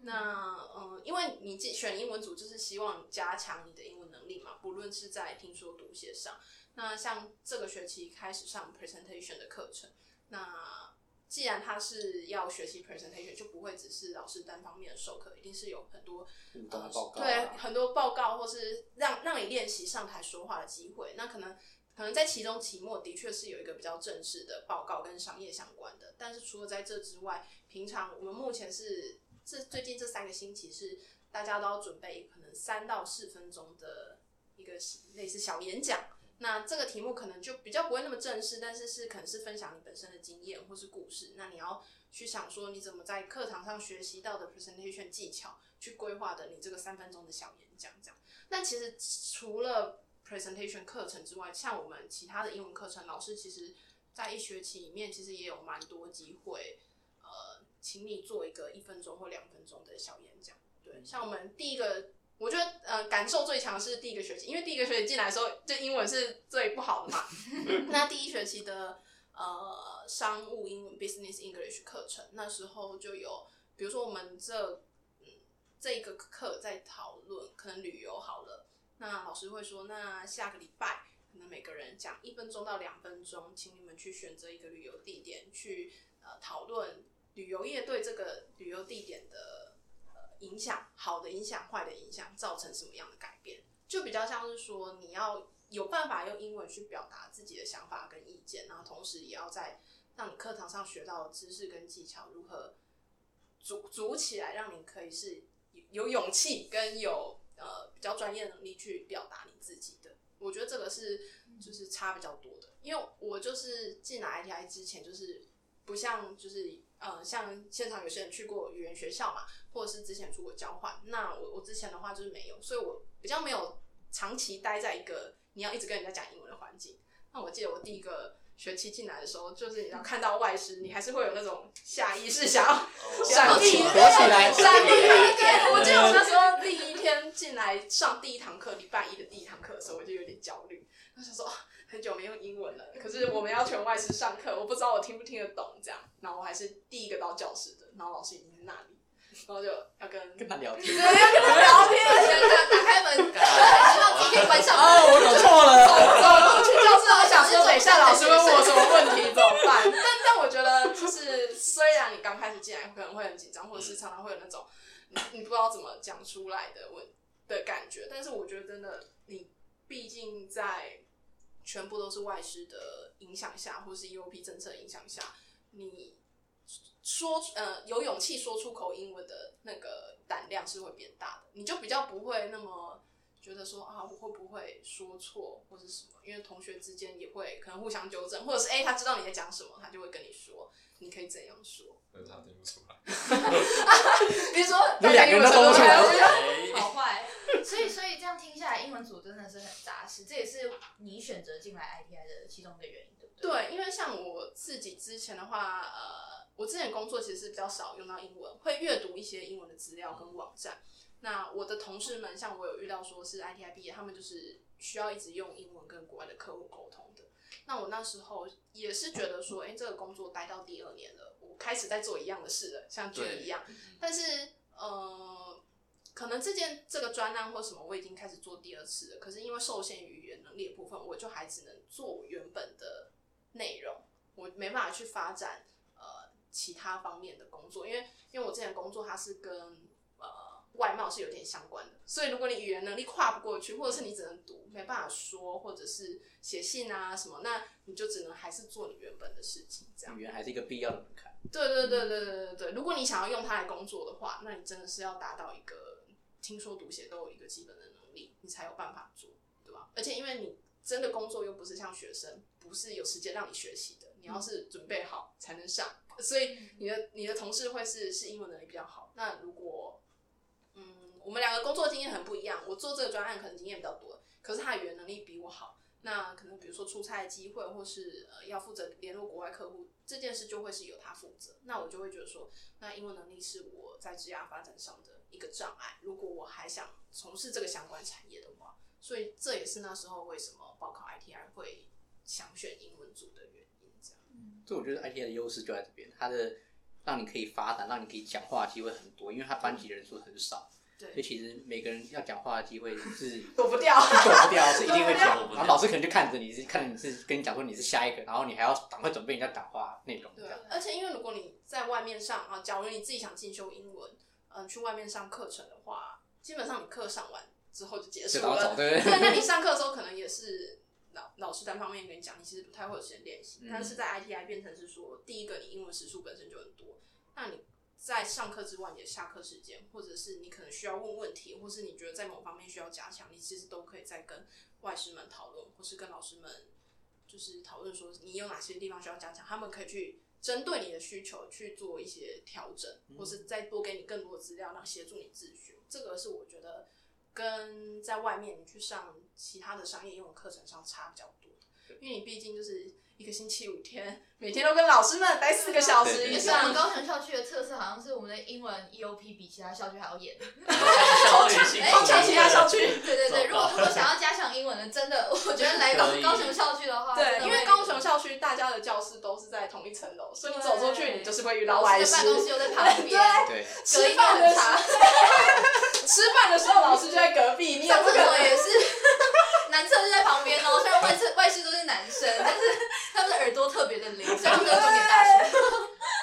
S5: 那嗯、呃因为你进选英文组就是希望加强你的英文能力嘛，不论是在听说读写上。那像这个学期开始上 presentation 的课程，那既然他是要学习 presentation，就不会只是老师单方面的授课，一定是有很多
S7: 互动
S5: 呃
S7: 报告啊，
S5: 对，很多报告或是让让你练习上台说话的机会。那可能可能在期中、期末的确是有一个比较正式的报告跟商业相关的，但是除了在这之外，平常我们目前是这最近这三个星期是大家都要准备可能三到四分钟的一个类似小演讲。那这个题目可能就比较不会那么正式，但是是可能是分享你本身的经验或是故事。那你要去想说你怎么在课堂上学习到的 presentation 技巧，去规划的你这个三分钟的小演讲这样。那其实除了 presentation 课程之外，像我们其他的英文课程，老师其实在一学期里面其实也有蛮多机会，呃，请你做一个一分钟或两分钟的小演讲。对，像我们第一个我觉得呃感受最强的是第一个学期，因为第一个学期进来的时候，就英文是最不好的嘛。那第一学期的呃商务英文 （Business English） 课程，那时候就有，比如说我们这嗯这个课在讨论可能旅游好了，那老师会说，那下个礼拜可能每个人讲一分钟到两分钟，请你们去选择一个旅游地点去呃讨论旅游业对这个旅游地点的呃影响，好的影响、坏的影响，造成什么样的改变，就比较像是说你要有办法用英文去表达自己的想法跟意见，然后同时也要在让你课堂上学到的知识跟技巧如何组组起来，让你可以是有有勇气跟有呃比较专业能力去表达你自己的。我觉得这个是就是差比较多的，因为我就是进来 ITI 之前就是不像就是呃像现场有些人去过语言学校嘛，或者是之前出国交换，那我我之前的话就是没有，所以我比较没有长期待在一个你要一直跟人家讲英文的环境。那我记得我第一个学期进来的时候，就是你要看到外师，你还是会有那种下意识想要
S1: 哦
S5: 闪避，
S7: 躲起来
S5: 闪避。对，我记得我那时候第一天进来上第一堂课，礼拜一的第一堂课的时候，我就有点焦虑，我想说啊很久没用英文了，可是我们要全外师上课，我不知道我听不听得懂这样。然后我还是第一个到教室的，然后老师已经在那里，然后就要跟
S7: 跟他聊天。
S5: 对要跟他聊天。
S4: 打打开
S5: *laughs*
S4: 门，
S6: 干
S4: 希望自己可以关上门。
S5: 哦
S7: 啊，我走错了。
S5: 我去教室，我想说等一下老师问我什么问题怎么办？ *laughs* 但但我觉得就是，虽然你刚开始进来可能会很紧张，或者是常常会有那种你你不知道怎么讲出来的问的感觉，但是我觉得真的，你毕竟在全部都是外师的影响下，或是 EOP 政策影响下，你说呃有勇气说出口英文的那个胆量是会变大的，你就比较不会那么觉得说啊我会不会说错或是什么，因为同学之间也会可能互相纠正，或者是哎、诶他知道你在讲什么，他就会跟你说你可以怎样说，
S1: 但他听不出来。
S5: 比如说
S7: 你们两个人都说不出来
S4: 好坏。所以，所以这样听下来，英文组真的是很扎实，这也是你选择进来 ITI 的其中一个原因，对不对？
S5: 对，因为像我自己之前的话，呃，我之前工作其实是比较少用到英文，会阅读一些英文的资料跟网站。那我的同事们，像我有遇到说是 ITI 毕业，他们就是需要一直用英文跟国外的客户沟通的。那我那时候也是觉得说，哎、这个工作待到第二年了，我开始在做一样的事了，像剧
S6: 对
S5: 一样。 *laughs*
S6: *laughs*
S5: 但是呃，可能这件这个专案或什么，我已经开始做第二次了。可是因为受限于语言能力的部分，我就还只能做原本的内容，我没办法去发展呃其他方面的工作，因为因为我之前的工作它是跟呃外貌是有点相关的，所以如果你语言能力跨不过去，或者是你只能读没办法说，或者是写信啊什么，那你就只能还是做你原本的事情这样。
S7: *laughs* 语言还是一个必要的门槛。
S5: 对对对对对对对，如果你想要用它来工作的话，那你真的是要达到一个听说读写都有一个基本的能力，你才有办法做，对吧？而且因为你真的工作又不是像学生，不是有时间让你学习的，你要是准备好才能上，所以你的你的同事会是是英文能力比较好。那如果嗯，我们两个工作经验很不一样，我做这个专案可能经验比较多，可是他的语言能力比我好，那可能比如说出差的机会，或是呃要负责联络国外客户这件事，就会是由他负责。那我就会觉得说，那英文能力是我在职业发展上的一个障碍。如果我还想从事这个相关产业的话，所以这也是那时候为什么报考 ITI 会想选英文组的原因。这样，
S7: 所以我觉得 IT 的优势就在这边，它的让你可以发展，让你可以讲话的机会很多，因为它班级人数很少，所以
S5: 对，
S7: 其实每个人要讲话的机会是
S5: 躲不掉。
S7: 是躲不掉，是一定会讲
S6: 躲。不掉
S7: 然后老师可能就看着你，是看着你是跟你讲说你是下一个，然后你还要赶快准备人家讲话内容这
S5: 对
S7: 样。，
S5: 而且因为如果你在外面上啊，假如你自己想进修英文，嗯、去外面上课程的话，基本上你课上完之后就结
S7: 就
S5: 束
S7: 然后走
S5: 了。
S7: 对不
S5: 对，
S7: 对？
S5: 那你上课的时候可能也是老老师单方面跟你讲，你其实不太会有时间练习。
S7: 嗯
S5: 但是在 ITI 变成是说，第一个你英文时数本身就很多，那你在上课之外，你的下课时间，或者是你可能需要问问题，或是你觉得在某方面需要加强，你其实都可以再跟外师们讨论，或是跟老师们就是讨论说你有哪些地方需要加强，他们可以去针对你的需求去做一些调整，或是再多给你更多的资料，让协助你自学。这个是我觉得跟在外面你去上其他的商业应用课程上差比较多的，因为你毕竟就是一个星期五天，每天都跟老师们待四个小时以
S4: 也是我
S5: 上
S4: 们。高雄校区的测试，好像是我们的英文 EOP 比其他校区还要
S5: *laughs*
S4: 严。
S6: 超女性，
S5: 高雄其他校区，
S4: 啊对对对，
S6: 糟糕
S4: 如果如果想要加强英文的，真的，我觉得来高
S6: 可以
S4: 高雄校区的话，真的
S5: 对，
S4: 会
S5: 因为高雄校区大家的教室都是在同一层楼，所以你走出去，你就是会遇到
S4: 老师
S5: 外
S4: 的办公室
S5: 师。
S4: 又在
S5: *laughs*
S4: 旁边，
S7: 对，
S4: 隔
S5: 吃
S4: 音
S5: 饭
S4: 很
S5: 的时
S4: 差，
S5: 候，吃饭的时候老师就在隔壁，你也
S4: 上
S5: 不
S4: 厕
S5: 可
S4: 所
S5: 能。
S4: 也是，男厕就在旁边哦。虽然外厕外室都是男生，但是他们的耳朵特别的灵，所以他们的重点大学。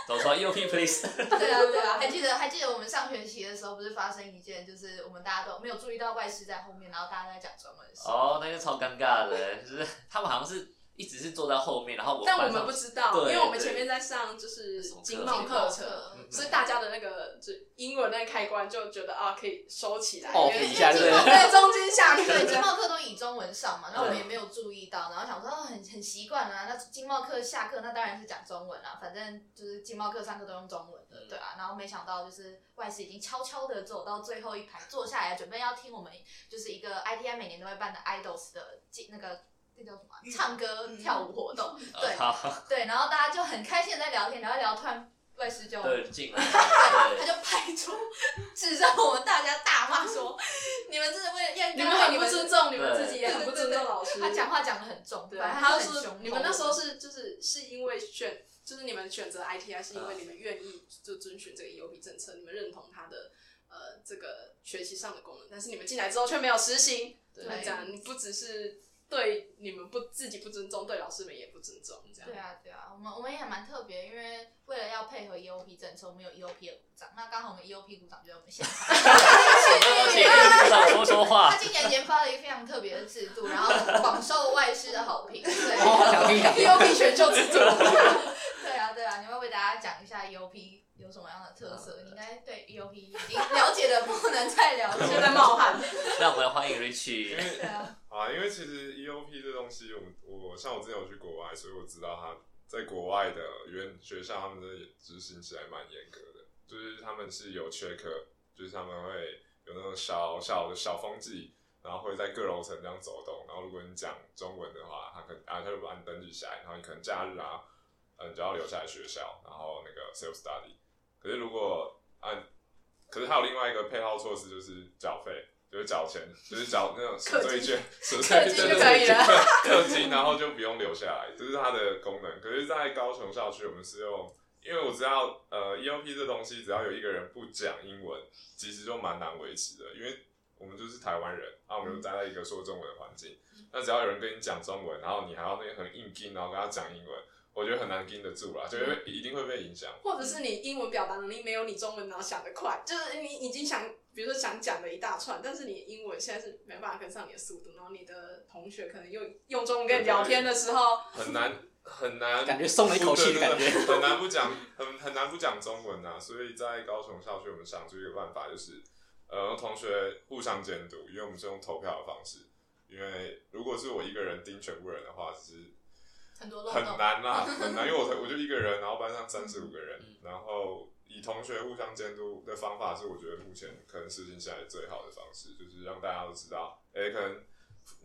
S6: 走出来右屁 please。
S4: *laughs*
S6: *laughs*
S4: 对啊，对啊， *laughs* 还记得还记得我们上学期的时候，不是发生一件，就是我们大家都没有注意到外事在后面，然后大家都在讲中文的事。
S6: 哦，那个超尴尬的，就是他们好像是一直是坐在后面，然后我
S5: 但我
S6: 班
S5: 们
S6: 上
S5: 不知道，
S6: 对
S5: 因为我们前面在上就是
S6: 什么课
S5: 经
S4: 那
S5: 贸
S4: 种
S5: 课
S4: 课
S5: 程，
S4: 程，
S5: 所以大家的那个就英文那个开关就觉得啊可以收起来，
S7: 哦
S5: 因为
S7: 一下对不对
S5: 对中间下课
S4: 对，
S5: 这
S4: 经
S5: 样。
S4: 贸课都以中文上嘛，然后我们也没有注意到，然后想说哦很很习惯啊，那经贸课下课那当然是讲中文啦、反正就是经贸课上课都用中文的，
S6: 嗯
S4: 对啊，然后没想到就是外事已经悄悄的走到最后一排坐下来，准备要听我们就是一个 ITI 每年都会办的 idols 的那个那叫什么啊唱歌跳舞活动，对
S6: 呃，好，
S4: 对，然后大家就很开心的在聊天，聊一聊，突然外师就
S6: 对，进来，
S4: *laughs* 他
S6: 对，
S4: 就拍桌，指着我们大家大骂说：“ *laughs* 你们真的为了要
S5: 你们很不尊
S4: 是
S5: 重你们自己，也很不尊重老
S4: *laughs*
S5: 师。
S4: 他讲话讲的很重，
S5: 对，
S4: 反正
S5: 他
S4: 就
S5: 就
S4: 很
S5: 是
S4: 凶
S5: 你们那时候
S4: 猛
S5: 是就是是因为选，就是你们选择 ITI 是因
S4: 嗯
S5: 为你们愿意就遵循这个 EOP 政策，你们认同它的呃这个学习上的功能，但是你们进来之后却没有实行，
S6: 对
S5: 那这样你不只是对你们不自己不尊重，对老师们也不尊重，这样
S4: 对啊，对啊，我们我们也蛮特别，因为为了要配合 E EOP 政策，我们有 EOP 的鼓掌，那刚好我们 EOP 鼓掌就在我们现场。
S6: 请
S4: *laughs*
S6: 部长说说话
S4: 他。
S5: *laughs*
S4: 今年研发了一个非常特别的制 *laughs* 度，然后广受外师的好评，
S7: 哦，好
S4: 对 E
S7: 想听想听。
S5: EOP 全球制
S6: *laughs*
S5: 度。
S4: 对啊对啊，你要为大家讲一下 EOP 有什么样的特色？你应该对 EOP 已经了解的不能再了解，
S5: *laughs* 现在冒汗。
S6: 让我们来欢迎
S1: 因
S6: Richie。
S1: 为
S4: 对啊。
S1: 啊，因为其实 EOP 这东西，我们我像我之前有去国外，所以我知道它在国外的原学校，他们的执行起来蛮严格的，就是他们是有缺课，就是他们会有那种小小的小风纪，然后会在各楼层这样走动，然后如果你讲中文的话，他可能啊他就把你登记起来，然后你可能假日啊，嗯就要留下来学校，然后那个 self study。可是如果按，可是还有另外一个配套措施就是缴费，就是缴钱，就是缴那种赎罪券，赎罪
S5: 氪金
S1: 券
S5: 就可以了
S1: 氪金然后就不用留下来，这是它的功能。可是，在高雄校区，我们是用，因为我知道，呃，EOP 这东西，只要有一个人不讲英文，其实就蛮难维持的，因为我们就是台湾人，啊，我们又待在一个说中文的环境，
S5: 嗯
S1: 那只要有人跟你讲中文，然后你还要那个很硬盯，然后跟他讲英文。我觉得很难盯得住啦，
S5: 嗯
S1: 就因为一定会被影响。
S5: 或者是你英文表达能力没有你中文能想得快，就是你已经想，比如说想讲的一大串，但是你英文现在是没办法跟上你的速度，然后你的同学可能用用中文跟你聊天的时候，
S1: 很难很难，
S7: 感觉松了一口气的感觉
S1: 对对对很难不讲很很难不讲中文啊。所以在高雄校区，我们想出一个办法，就是呃同学互相监督，因为我们是用投票的方式。因为如果是我一个人盯全部人的话，其实
S4: 很多漏
S1: 很
S4: 洞。
S6: *laughs*
S1: 难啦，很难，因为我才我就一个人，然后班上三十五个人
S6: 嗯，
S1: 然后以同学互相监督的方法是我觉得目前可能实行下来最好的方式，就是让大家都知道，哎、可能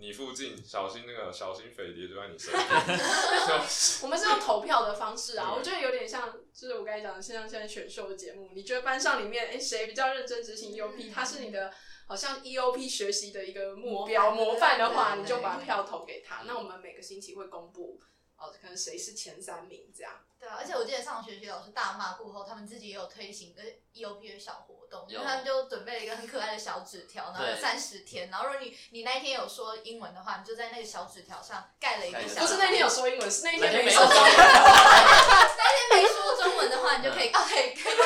S1: 你附近，小心那个小心匪谍就在你身边。就
S5: 我们是用投票的方式啊，
S1: 对
S5: 我觉得有点像，就是我刚才讲的，像现在选秀节目，你觉得班上里面，哎、谁比较认真执行 EOP，
S4: 嗯
S5: 他是你的好像 EOP 学习的一个目
S4: 模
S5: 标
S4: 范
S5: 模范的话，
S4: 对对
S5: 你就把
S4: 对
S5: 票投给他。
S6: 嗯
S5: 那我们每个星期会公布，哦，可能谁是前三名这样。
S4: 对啊，而且我记得上学期老师大骂过后，他们自己也有推行一个 EOP 的小活动，就是
S6: 有
S4: 他们就准备了一个很可爱的小纸条，然后有
S6: 对
S4: 三十天，然后如果你你那一天有说英文的话，你就在那个小纸条上盖了一个
S6: 盖一个
S4: 小，
S5: 不是那天有说英文，是那
S6: 那
S5: 天
S6: 天
S5: 没
S6: 没
S5: 说
S6: 说
S5: 中文。
S4: *laughs*
S7: *laughs*
S4: 那天没说中文的话，你就可以 *laughs* 盖可以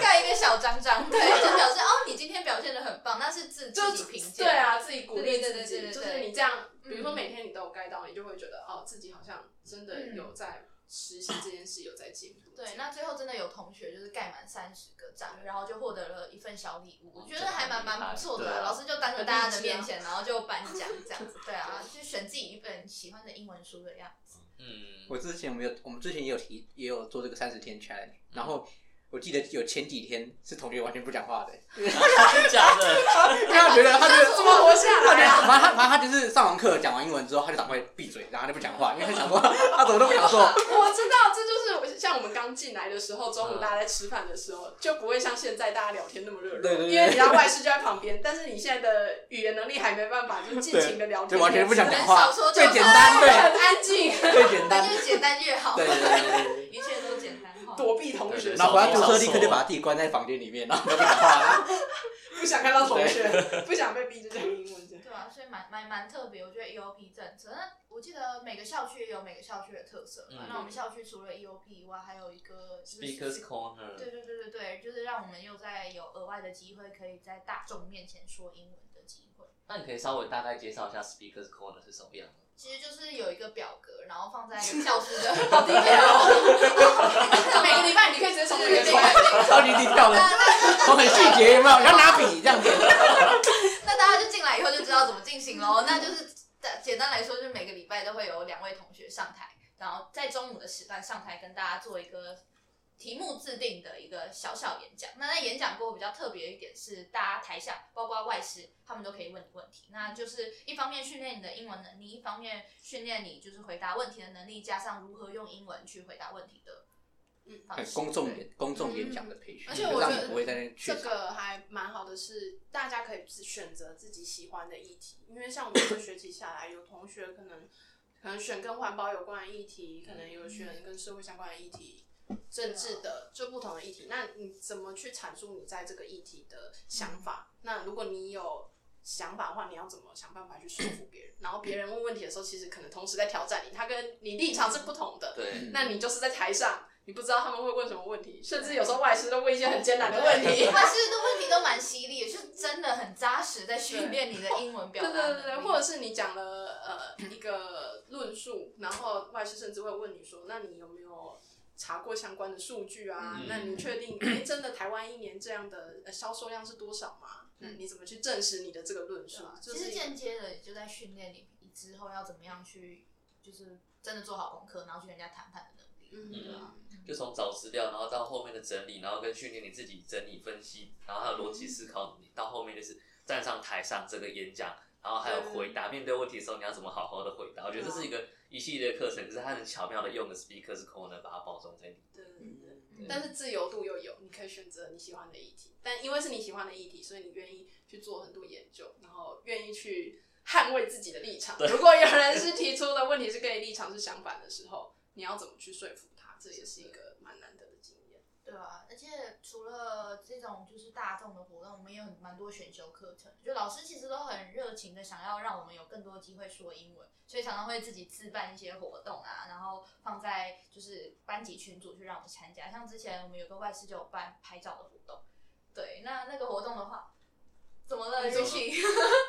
S4: 盖一个小章章，对，就表示哦，你今天表现的很棒，那是自
S5: 就
S4: 自己评鉴，
S5: 对，啊，自己鼓励
S4: 对对
S5: 自
S4: 对
S5: 己，
S4: 对对
S5: 就是
S4: 对
S5: 你这样，比如说
S4: 嗯
S5: 每天你都有盖到，你就会觉得哦，自己好像真的
S4: 嗯
S5: 有在实行这件事，有在进步。
S4: 对，那最后真的有同学就是盖满三十个章，然后就获得了一份小礼物，我觉得还蛮蛮不错的
S6: 对
S4: 啊、
S6: 啊
S4: 老师就当着大家的面前，然后就颁奖这样子。对啊，就选自己一本喜欢的英文书的样子。
S6: 嗯，
S7: 我之前没有，我们之前也有提，也有做这个三十天 challenge，然后我记得有前几天是同学完全不讲话的，
S6: 真的假的？ *laughs*
S7: 他觉得他觉得
S5: 怎么活下
S7: 他觉
S5: 来
S7: 得
S5: 啊？
S7: 反正他反正他就是上完课讲完英文之后，他就赶快闭嘴，然后他就不讲话，因为他想说他怎么都不想
S5: *laughs*
S7: 说。
S5: 我知道，这就是像我们刚进来的时候，中午
S6: 嗯
S5: 大家在吃饭的时候，就不会像现在大家聊天那么热络，
S7: 对对对
S5: 因为你要外事就在旁边，但是你现在的语言能力还没办法，就尽情的聊天，
S7: 对完全不想
S5: 对
S7: 讲话
S4: 少说，就
S7: 最简
S5: 对
S7: 单，
S5: 很安静，
S7: 对，最简
S4: 那
S7: 单，
S4: 越简单越好，
S7: 对对对对对。
S4: 一切都简单化。
S5: 躲避同学，
S6: 对对
S7: 然后回到
S6: 把
S7: 宿
S6: 它
S7: 舍
S6: 涂
S7: 立刻就把自己关在房间里面，然后都不讲话。
S5: 不想看到同学，不想被逼着讲英文这样。
S4: 对啊，所以蛮蛮蛮特别，我觉得 EOP 政策。那我记得每个校区也有每个校区的特色嘛。
S6: 嗯
S4: 那我们校区除了 EOP 以外，还有一个就是
S6: Speakers Corner，
S4: 对对对对对，就是让我们又在有额外的机会，可以在大众面前说英文的机会。
S6: 那你可以稍微大概介绍一下 Speakers Corner 是什么样的？
S4: 其实就是有一个表格，然后放在教室
S7: *laughs*
S4: 的
S5: 好低调
S4: *laughs*
S5: 哦，*laughs*
S4: 每个礼拜你可以直接
S5: 从
S4: 从
S5: 那
S4: 那
S5: 边
S4: 边
S5: 传
S7: 超级低调的，我很细节，有没有？要拿笔这样子。
S4: 那大家就进来以后就知道怎么进行喽。那就是简单来说，就是每个礼拜都会有两位同学上台，然后在中午的时段上台跟大家做一个题目制定的一个小小演讲。那在演讲过后比较特别一点是，大家台下包括外师他们都可以问你问题，那就是一方面训练你的英文能力，一方面训练你就是回答问题的能力，加上如何用英文去回答问题的方式。
S7: 哎公众
S4: 对
S7: 演公众演讲的培训，
S5: 而且
S7: 就
S5: 我
S7: 让
S5: 觉
S7: 你
S5: 得
S7: 不会在那边去
S5: 这。个还蛮好的是，大家可以自选择自己喜欢的议题，因为像我们这学期下来，有同学可能可能选跟环保有关的议题，可能有选跟社会相关的议题，政治的就不同的议题。那你怎么去阐述你在这个议题的想法？那如果你有想法的话，你要怎么想办法去说服别人？然后别人问问题的时候，其实可能同时在挑战你，他跟你立场是不同的。
S6: 对，
S5: 那你就是在台上，你不知道他们会问什么问题，甚至有时候外师都问一些很艰难的
S4: *laughs*
S5: 问 *laughs* 题。
S4: 外师的问题都蛮犀利，就是真的很扎实在训练你的英文表达
S5: 对
S4: 能
S5: 对
S4: 力。
S5: 对对，或者是你讲了呃一个论述，然后外师甚至会问你说，那你有没有查过相关的数据啊？
S6: 嗯
S5: 那你确定哎真的台湾一年这样的呃销售量是多少吗？那你怎么去证实你的这个论述？就
S4: 啊其
S5: 是
S4: 实间接的就在训练你你之后要怎么样去，就是真的做好功课，然后去跟人家谈判的能力。
S5: 嗯
S4: 对啊
S6: 就从找资料，然后到后面的整理，然后跟训练你自己整理分析，然后还有逻辑思考能力，到后面就是站上台上这个演讲，然后还有回答面对问题的时候，你要怎么好好的回答？我觉得这是一个一系列课程，就是它很巧妙的用了 speakers corner 把它包装在里面。
S5: 对对对对。
S4: 嗯
S5: 但是自由度又有，你可以选择你喜欢的议题。但因为是你喜欢的议题，所以你愿意去做很多研究，然后愿意去捍卫自己的立场。如果有人是提出的问题是跟你立场是相反的时候，你要怎么去说服他？这也是一个蛮难得的经验。
S4: 对啊，而且除了这种就是大众的活动，我们也有蛮多选修课程，就老师其实都很热情的想要让我们有更多机会说英文，所以常常会自己自办一些活动啊，然后放在就是班级群组去让我们参加。像之前我们有个外事就有办拍照的活动，对，那那个活动的话，怎么了
S5: 你怎
S6: 么
S4: ，Ricky？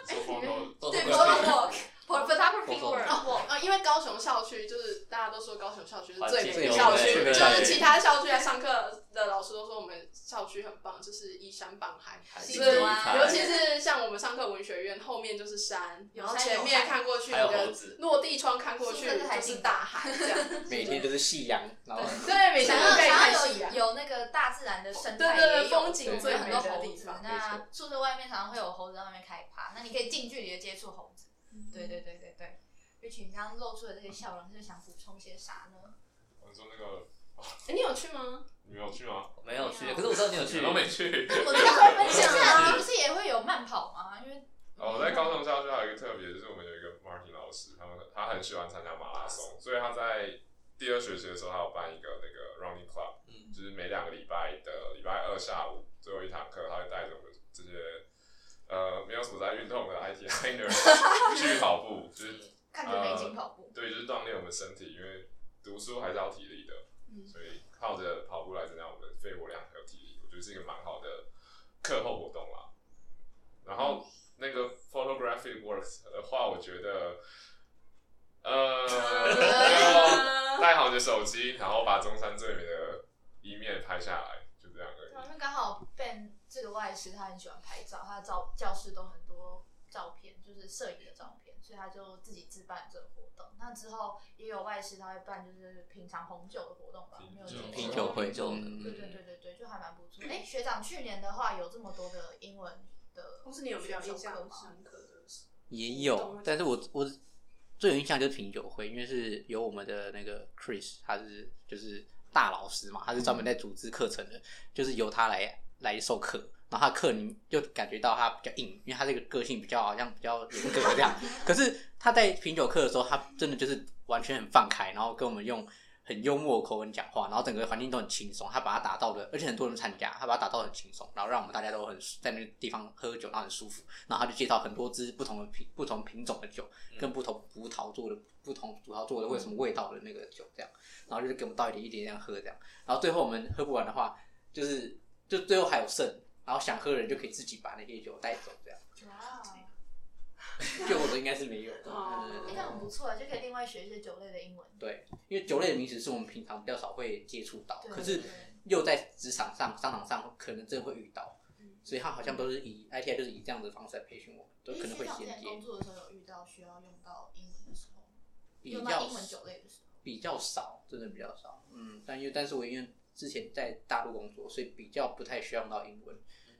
S1: 做风头，
S4: 对
S6: Photo
S4: ，photo
S6: walk
S4: walk。photography
S6: Photo
S4: work，
S5: *laughs*
S6: walk
S5: 啊，因为高雄校区就是大家都说高雄校区是最美
S6: 环
S5: 的
S7: 境
S5: 校
S7: 最
S5: 区，就
S7: 美的校区
S5: 是其他校区来上课的老师都说我们校区很棒，就是依山傍海，
S6: 还
S5: 是
S6: 是
S4: 西
S6: 第一
S4: 瓜
S6: 排
S5: 尤其是像我们上课文学院后面就是山，然后前面看过去你
S6: 还有猴
S5: 的
S6: 子，
S5: 落地窗看过去就是大海这样。
S7: 每天都是夕阳，然后
S5: 对，每
S4: 想
S5: 天
S4: 要
S5: 都可以
S4: 想
S5: 看啊
S4: 要
S5: 夕阳
S4: 有。有那个大自然的生
S5: 对
S4: 态，
S5: 对对
S4: 也有
S5: 风景
S4: 所以
S5: 最
S4: 很
S5: 美
S4: 多
S5: 的
S4: 猴
S5: 地
S4: 子
S5: 方。没错
S4: 那宿舍外面常常会有猴子在外面开趴，那你可以近距离的接触猴子。对对对对对。Rich，你刚刚露出的这些笑容，是想补充些啥呢？
S1: 我说那个
S5: 哎，你有去吗？
S1: 你没有去
S6: *laughs*
S1: 吗？
S6: 没有去，可是我知道你有去，
S1: 都没去。
S4: 我就想分享啊，不是也会有慢跑吗？因为
S1: 哦，在高中校区还有一个特别，就是我们有一个 Martin 老师，他们他很喜欢参加马拉松，所以他在第二学期的时候，他有办一个那个 running club，
S6: 嗯
S1: 就是每两个礼拜的礼拜二下午最后一堂课，他会带着我们这些呃没有什么在运动的 IT hiner 去跑步，就是
S4: 看着美景跑步，
S1: 对，就是锻炼我们身体，因为读书还是要体力的，
S5: 嗯
S1: 所以靠着跑步来增加我们肺活量还有体力，我觉得是一个蛮好的课后活动啦。然后那个 photographic works 的话，我觉得，呃，就 *laughs*
S5: 啊
S1: 带好你的手机，然后把中山最美的一面拍下来，就这样而
S4: 对，啊
S1: 已。
S4: 因为刚好 Ben 这个外师他很喜欢拍照，他的照教室都很多照片，就是摄影的照片，所以他就自己自办这个活动。那之后也有外师他会办就是品尝红酒的活动吧，没有听说
S7: 品酒会
S6: 品酒的
S7: 嗯
S4: 对对对对对，就还蛮不错。哎，学长去年的话有这么多的英文的，
S5: 公司你有比较印象
S4: 吗？
S5: 深刻的事？
S7: 也
S5: 懂
S7: 有
S5: 了，
S7: 但是我我最有印象就是品酒会，因为是有我们的那个 Chris，他是就是大老师嘛，他是专门在组织课程的，就是由他来来授课。然后他课你就感觉到他比较硬，因为他这个个性比较好像比较严格这样。可是他在品酒课的时候，他真的就是完全很放开，然后跟我们用很幽默的口吻讲话，然后整个环境都很轻松。他把它打造的，而且很多人参加，他把它打造得很轻松，然后让我们大家都很在那个地方喝酒，然后很舒服。然后他就介绍很多支不同的品、不同品种的酒，跟不同葡萄做的、不同葡萄做的会有什么味道的那个酒，这样，然后就是给我们倒一点一点这样喝，这样，然后最后我们喝不完的话，就是就最后还有剩，然后想喝的人就可以自己把那些酒带走，这样。
S4: 哇，哦
S7: 就我的应该是没有，
S5: 哦
S7: 对对
S4: 诶
S7: 对
S4: 哎那很不错，啊就可以另外学一些酒类的英文。
S7: 对，因为酒类的名词是我们平常比较少会接触到，
S4: 对
S7: 可是又在职场上、商场上可能真的会遇到
S5: 嗯，
S7: 所以他好像都是以 ITI 就是以这样的方式来培训我们，都
S4: 诶
S7: 可能
S4: 学
S7: 会
S4: 长之
S7: 衔
S4: 前
S7: 接
S4: 工作的时候有遇到需要用到英文的时候吗。
S7: 比
S4: 用
S7: 较
S4: 到英文酒类的时候，
S7: 比较少，真的比较少。嗯，但因为但是我因为之前在大陆工作，所以比较不太需要用到英文，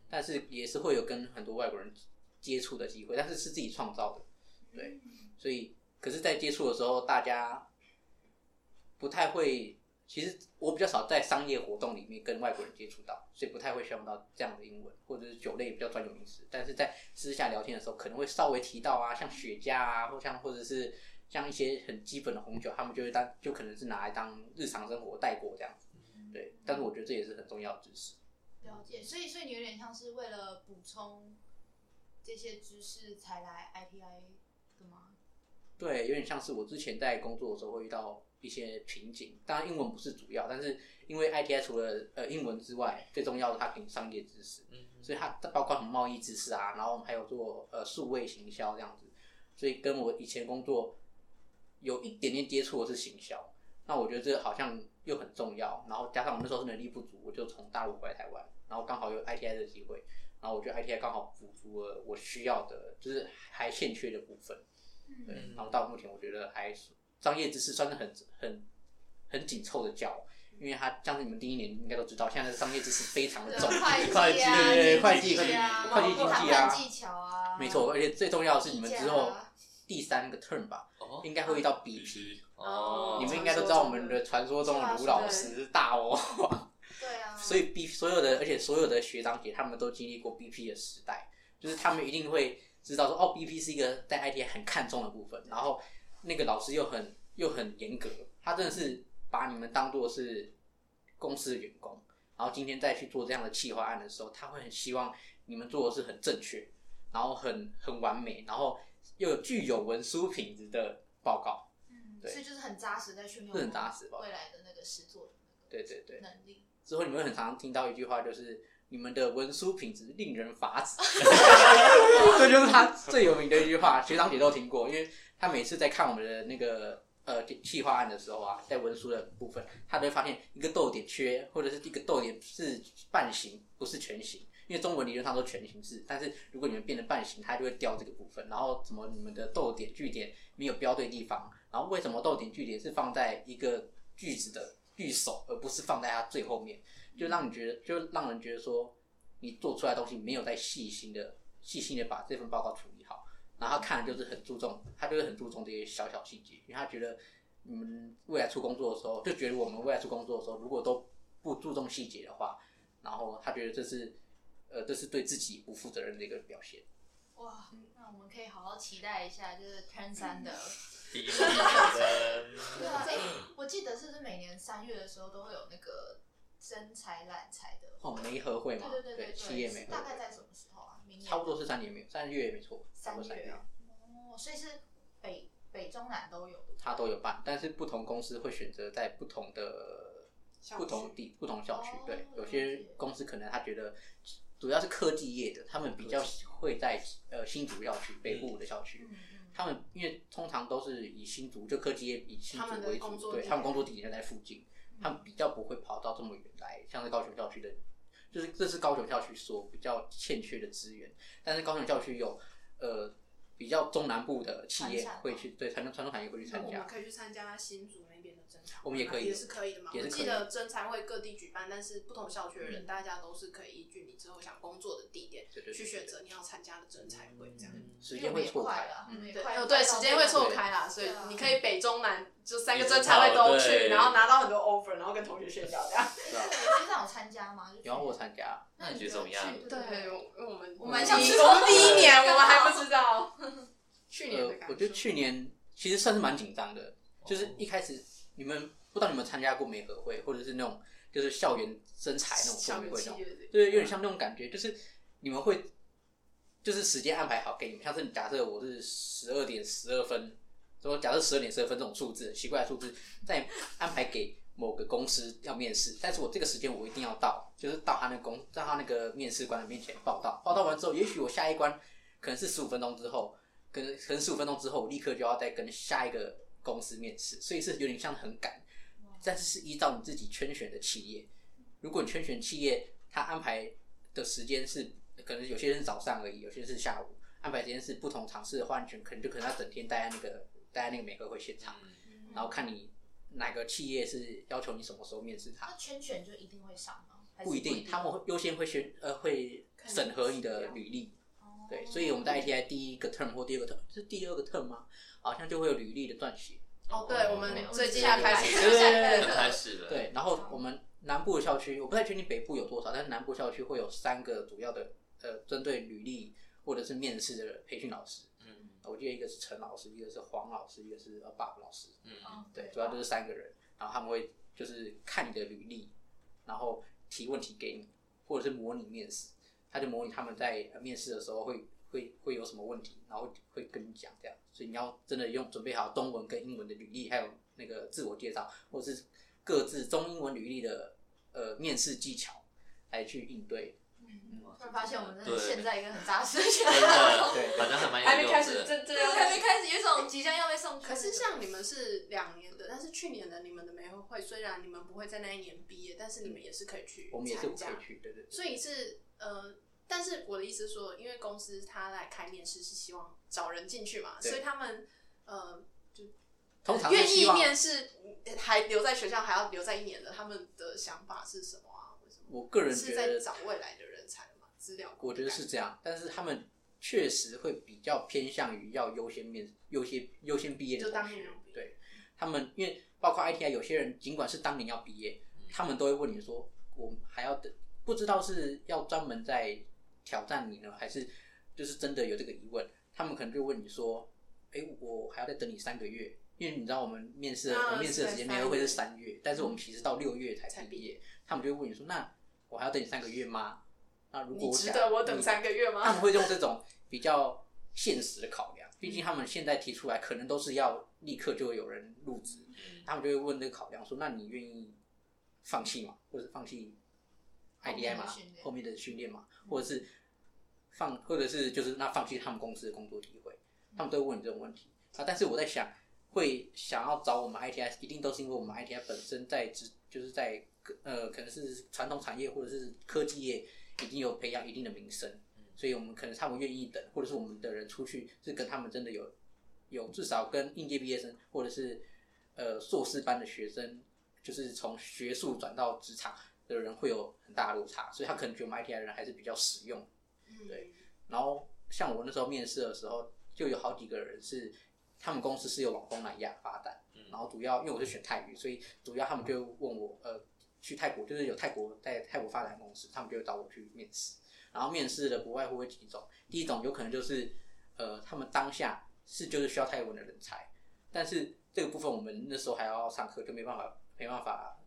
S7: 但是也是会有跟很多外国人接触的机会，但是是自己创造的，对，
S4: 嗯
S7: 所以可是，在接触的时候，大家不太会。其实我比较少在商业活动里面跟外国人接触到，所以不太会需要用到这样的英文，或者是酒类比较专有名词。但是在私下聊天的时候，可能会稍微提到啊，像雪茄啊，或像或者是像一些很基本的红酒，他们就会当就可能是拿来当日常生活带过这样子。对，但是我觉得这也是很重要的知识。
S4: 嗯了解。所以，所以你有点像是为了补充这些知识才来 ITI 的吗？
S7: 对，有点像是我之前在工作的时候会遇到一些瓶颈，当然英文不是主要，但是因为 ITI 除了呃英文之外，最重要的它给你商业知识，
S6: 嗯
S7: 所以它包括什么贸易知识啊，然后我们还有做呃数位行销这样子，所以跟我以前工作有一点点接触的是行销，那我觉得这好像又很重要，然后加上我那时候是能力不足，我就从大陆回来台湾，然后刚好有 ITI 的机会，然后我觉得 ITI 刚好补足了我需要的，就是还欠缺的部分，对
S6: 嗯，
S7: 然后到目前我觉得还是商业知识算是很很很紧凑的教。因为它像是你们第一年应该都知道，现在的商业知识非常的重，
S4: 会计啊，
S7: 对会
S4: 经
S7: 计、
S4: 济啊，
S7: 会计、经济啊
S4: 谈判，技巧啊，
S7: 没错，而且最重要的是你们之
S4: 议
S7: 后
S4: 价啊
S7: 第三个 turn 吧，
S6: 哦
S7: 应该会遇到 BP，
S1: BP
S6: 哦，
S7: 你们应该都知道我们的传说中的卢老师大哦，
S4: 对啊，
S7: 所以 B 所有的，而且所有的学长姐他们都经历过 BP 的时代，就是他们一定会知道说，哦，BP 是一个在 IT 很看重的部分，然后那个老师又很又很严格，他真的是把你们当做是公司的员工，然后今天再去做这样的企划案的时候，他会很希望你们做的是很正确，然后很很完美，然后又具有文书品质的报告，
S4: 嗯，
S7: 对
S4: 所以就是很扎实在训练，
S7: 是很扎实吧
S4: 未来的那个实作的
S7: 对对对。
S4: 能力。
S7: 之后你们会很常听到一句话，就是你们的文书品质令人发指，这就是他最有名的一句话，学长姐都听过，因为他每次在看我们的那个呃企划案的时候啊，在文书的部分，他都会发现一个逗点缺，或者是一个逗点是半形，不是全形。因为中文理论上都全形式，但是如果你们变成半形，它就会掉这个部分。然后怎么你们的逗点、句点没有标对地方？然后为什么逗点、句点是放在一个句子的句首，而不是放在它最后面？就让你觉得，就让人觉得说，你做出来的东西没有在细心的、细心的把这份报告处理好。然后他看的就是很注重，他就是很注重这些小小细节，因为他觉得你们未来出工作的时候，就觉得我们未来出工作的时候，如果都不注重细节的话，然后他觉得这是呃这是对自己不负责任的一个表现。
S4: 哇，那我们可以好好期待一下，就是 Turn 三的。
S7: *laughs*
S6: 第一针，
S4: 对啊，哎、我记得是不是每年三月的时候都会有那个真才揽才的？
S7: 哦，梅合会嘛，
S4: 对对对对
S7: 企业梅合
S4: 大概
S7: 会，
S4: 在什么时候啊？明年
S7: 差不多是三年没有，三月没错，差不
S4: 三
S7: 多三
S4: 月
S7: 月
S4: 啊。哦，所以是北北中南都有的。
S7: 他都有办，但是不同公司会选择在不同的
S5: 校区
S7: 不同地、不同校区。
S4: 哦
S7: 对
S4: 了，
S7: 有
S4: 解
S7: 些公司可能他觉得主要是科技业的，他们比较会在呃新竹校区、北部的校区。
S4: 嗯嗯。
S7: 他们因为通常都是以新竹，就科技业以新
S5: 他们
S7: 竹
S5: 的
S7: 为
S5: 工
S7: 主，
S5: 作
S7: 对
S5: 地
S7: 他们
S5: 点
S7: 工作地点就在附近，他们比较不会跑到这么远来，像是高雄校区的，就是这是高雄校区所比较欠缺的资源，但是高雄校区有呃比较中南部的企业
S4: 传产
S7: 会去，对传统传统产业会去
S5: 那
S7: 参
S5: 我
S7: 加
S5: 们。可以去参加新竹那边的征才会吗，
S7: 我们也可以
S5: 也是可以的嘛。
S7: 也
S5: 我
S7: 是可以
S5: 记得征才会各地举办，但是不同校区的人，大家都是可以依据你之后想工作的地点
S7: 对对对嗯
S5: 去选择你要参加的征才会这样。
S7: 时间会错开了。嗯
S4: 因为我们也快了，我们也
S5: 对，
S4: 快
S5: 哦
S4: 要
S5: 对，
S4: 到
S5: 时间会错
S4: 这个
S5: 开啦，所以
S4: 对啊
S5: 你可以北中南就三个
S6: 一直
S5: 征才会都
S6: 跑对
S5: 去，然后拿到很多 offer，然后跟同学炫耀这样。
S4: 你学长有参加吗？就去
S7: 然后我参加，
S6: *laughs* 那你觉得怎么样？
S4: 去
S5: 对，我因为我们
S4: 我
S7: 们
S5: 第
S7: 像
S5: 一
S4: 是
S5: 我们第一年
S4: 刚好
S5: 我们还 *laughs* 不知道，
S7: *laughs*
S5: 去年
S7: 呃
S5: 的感，嗯
S7: 我觉得去年其实算是蛮紧张的，就是
S6: 哦
S7: 一开始你们不知道你们参加过美和会，或者是那种就是校园征才那种
S5: 校
S7: 会
S5: 园
S7: 不会
S5: 企
S7: 那种，
S5: 业的
S7: 对，有点像那种感觉，就是你们会就是时间安排好给你们，像是你假设我是十二点十二分，说假设十二点十二分这种数字，奇怪的数字，再安排给某个公司要面试，但是我这个时间我一定要到，就是到他那个公，到他那个面试官的面前报道，报道完之后，也许我下一关可能是十五分钟之后，可能可能十五分钟之后，我立刻就要再跟下一个公司面试，所以是有点像很赶，但是是依照你自己圈选的企业，如果你圈选企业，他安排的时间是可能有些人是早上而已，有些是下午，安排时间是不同尝试的话，你可能就可能要整天待在那个待在那个美和会现场，
S4: 嗯
S7: 然后看你哪个企业是要求你什么时候面试他
S4: 那。圈选就一定会上吗？还是
S7: 不一定，他们会优先会选呃会
S5: 看你
S7: 审核你
S5: 的
S7: 的
S5: 资料
S7: 履历，
S4: 哦
S7: 对，所以我们在 ITI 第一个 term 或第二个 term 是第二个 term 吗？好像就会有履历的撰写，
S5: 哦，对，我们
S6: 哦
S5: 最近要开始
S7: 对对
S6: 要嗯开始了，
S7: 对，然后我们南部的校区，我不太确定北部有多少，但是南部校区会有三个主要的呃针对履历或者是面试的培训老师，
S6: 嗯，
S7: 我记得一个是陈老师，一个是黄老师，一个是呃 Bob 老师，
S6: 嗯
S5: *laughs*
S6: 嗯，
S4: 嗯
S7: 对，主要就是三个人，然后他们会就是看你的履历，然后提问题给你，或者是模拟面试，他就模拟他们在呃面试的时候会会会有什么问题，然后会跟你讲这样，所以你要真的用准备好中文跟英文的履历，还有那个自我介绍，或者是各自中英文履历的呃面试技巧来去应对，
S4: 嗯突然发现我们真的
S6: 对
S4: 现在一个很扎实的学
S6: 真
S4: 长，
S6: 的，
S7: 嗯对
S6: 反正还蛮有
S5: 还没
S6: 用
S5: 开始，
S6: 的。
S5: 真真
S4: 对，
S5: 要
S4: 还
S5: 开
S4: 没
S5: 始。
S4: 开始，有一种即将要被送去。
S5: 可是像你们是两年的，但是去年的你们的美会会，虽然你们不会在那一年毕业，但是你们也是可以去
S7: 我们也是
S5: 参
S7: 可
S5: 加
S7: 以去，对对对。
S5: 所以是呃，但是我的意思是说，因为公司他来开面试是希望找人进去嘛，
S7: 对
S5: 所以他们呃就
S7: 通常是
S5: 愿
S7: 希
S5: 意
S7: 望
S5: 面试还留在学校还要留在一年的，他们的想法是什么啊？为什么？
S7: 我个人
S5: 是
S7: 觉
S5: 在
S7: 得
S5: 找未来的人才嘛？资料库
S7: 我觉得是这样，但是他们确实会比较偏向于要优先面优先优先毕业的
S5: 就当
S7: 同学
S5: 年要毕业
S7: 对他们，因为包括 ITI 有些人，尽管是当年要毕业，
S5: 嗯
S7: 他们都会问你说，我们还要等，不知道是要专门在挑战你呢，还是就是真的有这个疑问，他们可能就问你说，哎、我还要再等你三个月。因为你知道我们面试，
S5: 啊
S7: 我们面试的
S5: 是
S7: 时间
S5: 在
S7: 面会是
S5: 三嗯
S7: 三月，但是我们其实到六月
S5: 才
S7: 才
S5: 毕
S7: 毕业，他们就会问你说，那我还要等你三个月吗？那如果
S5: 你
S7: 我
S5: 值
S7: 想
S5: 得我等
S7: 你
S5: 三个月
S7: 他
S5: 吗？
S7: 们会用这种比较现实的考量，毕竟他们现在提出来，可能都是要立刻就会有人入职，他们就会问这个考量说：那你愿意放弃吗？或者放弃 IDI
S4: 后面的
S7: 吗
S4: 训？练
S7: 后面的训练吗？或者是放，或者是就是那放弃他们公司的工作机会？他们都会问你这种问题啊。但是我在想，会想要找我们 ITI，一定都是因为我们 ITI 本身在职，就是在呃，可能是传统产业或者是科技业已经有培养一定的名声，所以我们可能他们愿意等，或者是我们的人出去是跟他们真的有有至少跟应届毕业生或者是呃硕士班的学生，就是从学术转到职场的人会有很大的落差，所以他可能觉得我们 ITI 人还是比较实用。
S5: 嗯
S7: 对然后像我那时候面试的时候，就有好几个人是他们公司是有往东南亚发展，
S6: 嗯
S7: 然后主要因为我是选泰语，所以主要他们就问我呃去泰国就是有泰国在泰国发展的公司，他们就找我去面试，然后面试的不外乎会几种，第一种有可能就是呃他们当下是就是需要泰文的人才，但是这个部分我们那时候还要上课，就没办法没办法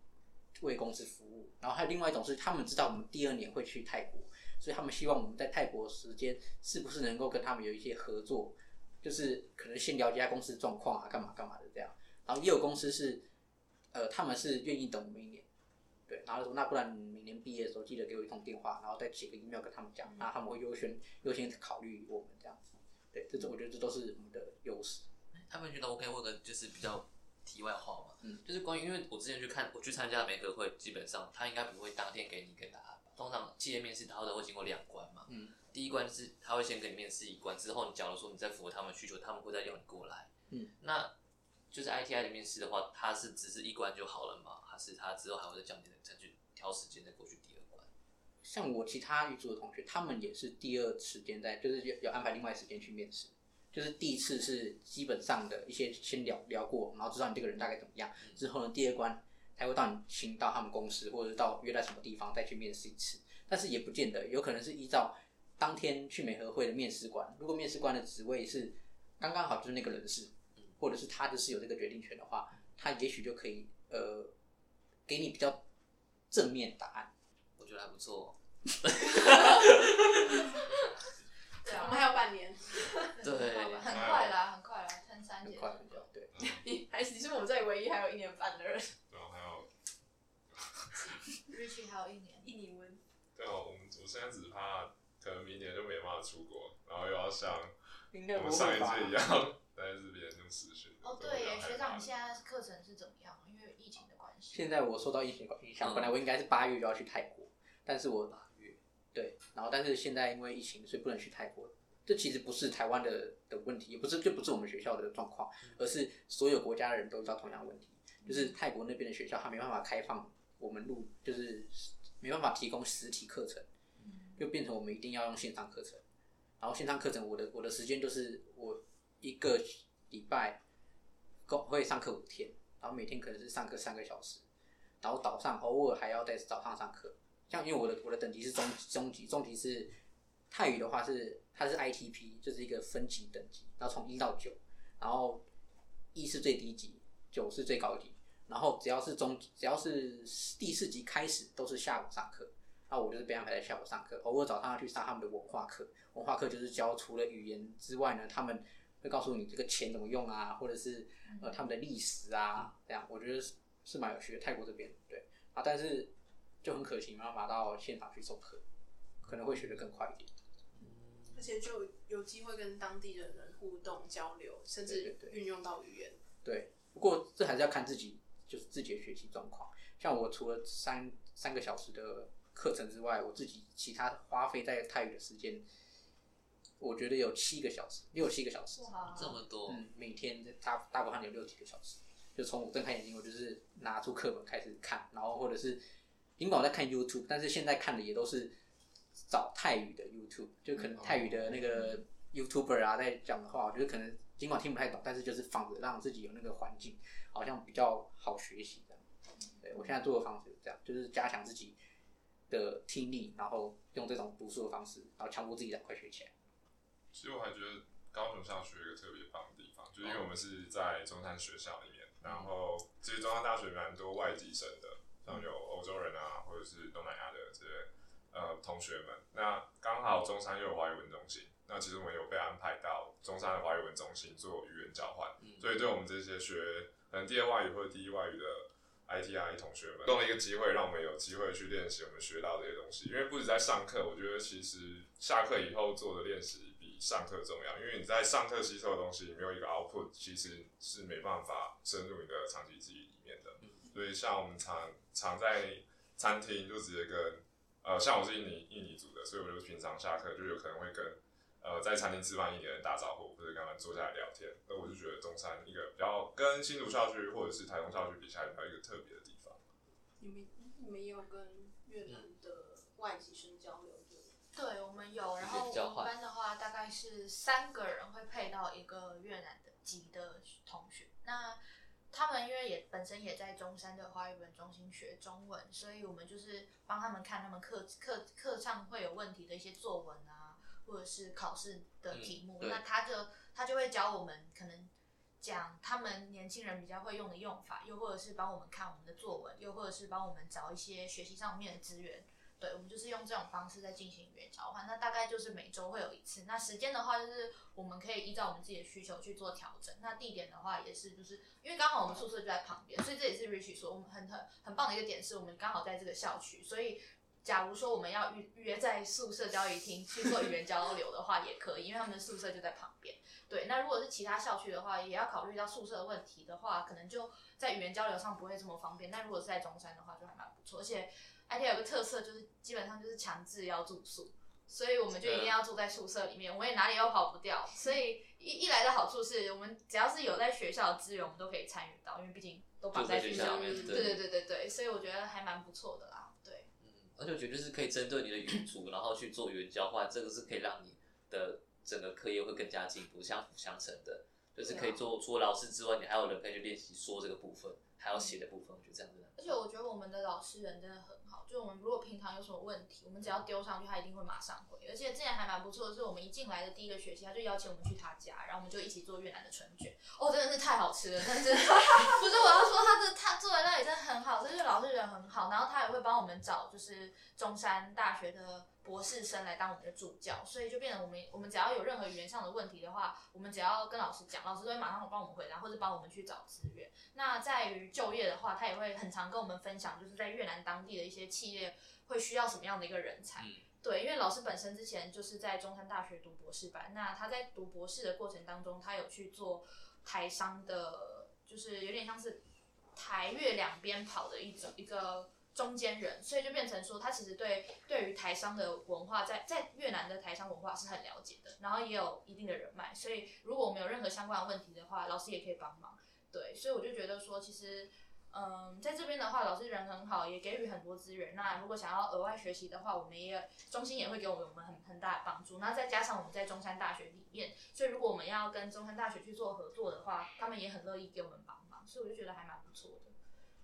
S7: 为公司服务。然后还有另外一种是他们知道我们第二年会去泰国，所以他们希望我们在泰国时间是不是能够跟他们有一些合作，就是可能先了解一下公司状况啊，干嘛干嘛的这样。然后也有公司是，呃，他们是愿意等我们一年，对，然后说那不然你明年毕业的时候记得给我一通电话，然后再写个 email 跟他们讲，那他们会优先优先考虑我们这样子。对，这种我觉得这都是我们的优势。
S6: 他们觉得 OK，或者就是比较题外话嘛，
S7: 嗯
S6: 就是关于因为我之前去看我去参加的每个会，基本上他应该不会当天给你一个答案吧，通常企业面试他都会经过两关嘛，
S7: 嗯，
S6: 第一关是他会先给你面试一关，之后你假如说你再符合他们需求，他们会再要你过来，
S7: 嗯，
S6: 那就是 ITI 的面试的话，他是只是一关就好了嘛，还是他之后还会再叫你再去挑时间再过去第二关？
S7: 像我其他语组的同学，他们也是第二时间在，就是有有安排另外时间去面试。就是第一次是基本上的一些先聊聊过，然后知道你这个人大概怎么样，之后呢，第二关才会到你请到他们公司，或者是到约在什么地方再去面试一次。但是也不见得，有可能是依照当天去美和会的面试官，如果面试官的职位是刚刚好就是那个人事，或者是他就是有这个决定权的话，他也许就可以呃给你比较正面答案。
S6: 我觉得还不错
S4: 对啊
S5: 我们，还有半年，
S6: 哦，对，
S4: 很快啦，很快啦，趁三
S7: 很
S4: 节。
S7: 快很快，对。
S5: 你还你是我们这里唯一还有一年半的人，
S1: 然后还有，
S4: Richie 还有一年，
S5: *laughs* 印尼文。
S1: 对哦，我们我现在只怕可能明年就没办法出国，然后又要像
S7: 应
S1: 我们上一次 *laughs* 一样，待在这边用视讯。
S4: 哦，
S1: 所以
S4: 对
S1: 我比
S4: 耶，
S1: 较害
S4: 学
S1: 怕
S4: 长，你现在课程是怎么样？因为疫情的关系。
S7: 现在我受到疫情影响，本来我应该是八月就要去泰国，但是我八月对，然后但是现在因为疫情，所以不能去泰国。这其实不是台湾的的问题，也不是就不是我们学校的状况，而是所有国家的人都遇到同样的问题，
S4: 嗯
S7: 就是泰国那边的学校它没办法开放我们录，就是没办法提供实体课程，
S4: 嗯
S7: 就变成我们一定要用线上课程。然后线上课程我的我的时间就是我一个礼拜够会上课五天，然后每天可能是上课三个小时，然后早上偶尔还要在早上上课。像因为我的我的等级是中中级，中级是泰语的话是它是 ITP，就是一个分级等级，然后从一到九，然后一是最低级，九是最高级，然后只要是中只要是第四级开始都是下午上课，那我就是被安排在下午上课，偶尔早上要去上他们的文化课，文化课就是教除了语言之外呢，他们会告诉你这个钱怎么用啊，或者是呃他们的历史啊，这样我觉得是是蛮有趣的。泰国这边对啊，但是就很可惜没办法到现场去授课，可能会学得更快一点。
S5: 而且就有机会跟当地的人互动交流，甚至
S7: 对对对
S5: 运用到语言。
S7: 对，不过这还是要看自己，就是自己的学习状况。像我除了三三个小时的课程之外，我自己其他花费在泰语的时间，我觉得有七个小时，六七个小时。
S4: 哇，
S6: 哦这么多，
S7: 嗯，每天大大部分有六七个小时，就从我睁开眼睛，我就是拿出课本开始看，然后或者是尽管我在看 YouTube，但是现在看的也都是找泰语的 YouTube，就可能泰语的那个 YouTuber 啊在讲的话，我觉得可能尽管听不太懂，但是就是仿着让自己有那个环境，好像比较好学习这样。对我现在做的方式就是这样，就是加强自己的听力，然后用这种读书的方式，然后强迫自己赶快学起来。
S1: 其实我还觉得高雄校区有一个特别棒的地方，就是因为我们是在中山学校里面，然后其实中山大学蛮多外籍生的，像有欧洲人啊，或者是东南亚的这些呃同学们。那刚好中山又有华语文中心，那其实我们有被安排到中山的华语文中心做语言交换，
S6: 嗯
S1: 所以对我们这些学可能第二外语或者第一外语的 ITI 同学们，给我们一个机会，让我们有机会去练习我们学到这些东西。因为不止在上课，我觉得其实下课以后做的练习比上课重要，因为你在上课吸收的东西没有一个 output，其实是没办法深入你的长期记忆里面的。所以像我们常常在餐厅就直接跟呃，像我是印尼印尼族的，所以我就平常下课就有可能会跟呃在餐厅吃饭印尼人打招呼，或者跟他们坐下来聊天。那我就觉得中山一个比较跟新竹校区或者是台中校区比起来，比较一个特别的地方。
S5: 你们你们也有跟越南的外籍生交流，对不对
S4: 对，我们有，然
S6: 直接
S4: 后
S6: 交
S4: 我们
S6: 换
S4: 班的话大概概是三个人会配到一个越南的籍的同学。那他们因为也本身也在中山的华语文中心学中文，所以我们就是帮他们看他们课课课上会有问题的一些作文啊，或者是考试的题目。
S6: 嗯对
S4: 那他就他就会教我们可能讲他们年轻人比较会用的用法，又或者是帮我们看我们的作文，又或者是帮我们找一些学习上面的资源。对，我们就是用这种方式在进行语言交换。那大概就是每周会有一次。那时间的话，就是我们可以依照我们自己的需求去做调整。那地点的话，也是就是因为刚好我们宿舍就在旁边，所以这也是 Rich 说我们很很很棒的一个点，是我们刚好在这个校区，所以。假如说我们要预约在宿舍交易厅去做语言交流的话，也可以，因为他们的宿舍就在旁边。对，那如果是其他校区的话，也要考虑到宿舍的问题的话，可能就在语言交流上不会这么方便。那如果是在中山的话，就还蛮不错。而且 IT 有个特色就是基本上就是强制要住宿，所以我们就一
S6: 啊
S4: 定要住在宿舍里面，我也哪里都跑不掉。所以一一来的好处是我们只要是有在学校的资源，我们都可以参与到，因为毕竟都绑
S6: 就在
S4: 在
S6: 学
S4: 学
S6: 校
S4: 校
S6: 里。面，
S5: 嗯
S4: 对对对对对，所以我觉得还蛮不错的啦。对，
S6: 嗯而且我觉得就是可以针对你的语族，然后去做语言交换，这个是可以让你的整个课业会更加进步，相辅相成的。就是
S4: 啊
S6: 可以做，除了老师之外，你还有人可以去练习说这个部分，还有写的部分，我觉得这样子。
S4: 而且我觉得我们的老师人真的很好，就我们如果平常有什么问题，我们只要丢上去，他一定会马上回。而且之前还蛮不错的是，我们一进来的第一个学期，他就邀请我们去他家，然后我们就一起做越南的春卷，哦，真的是太好吃了，但是 *laughs* 不是我要说他的他做的那里真的很好，就是老师人很好，然后他也会帮我们找就是中山大学的。博士生来当我们的助教，所以就变成我们，我们只要有任何语言上的问题的话，我们只要跟老师讲，老师都会马上帮我们回答，或者帮我们去找资源。那在于就业的话，他也会很常跟我们分享，就是在越南当地的一些企业会需要什么样的一个人才。
S6: 嗯
S4: 对，因为老师本身之前就是在中山大学读博士班，那他在读博士的过程当中，他有去做台商的，就是有点像是台越两边跑的一种一个中间人，所以就变成说，他其实对对于台商的文化在，在越南的台商文化是很了解的，然后也有一定的人脉，所以如果我们有任何相关的问题的话，老师也可以帮忙。对，所以我就觉得说，其实，嗯，在这边的话，老师人很好，也给予很多资源。那如果想要额外学习的话，我们也中心也会给我们很很大的帮助。那再加上我们在中山大学里面，所以如果我们要跟中山大学去做合作的话，他们也很乐意给我们帮忙，所以我就觉得还蛮不错的。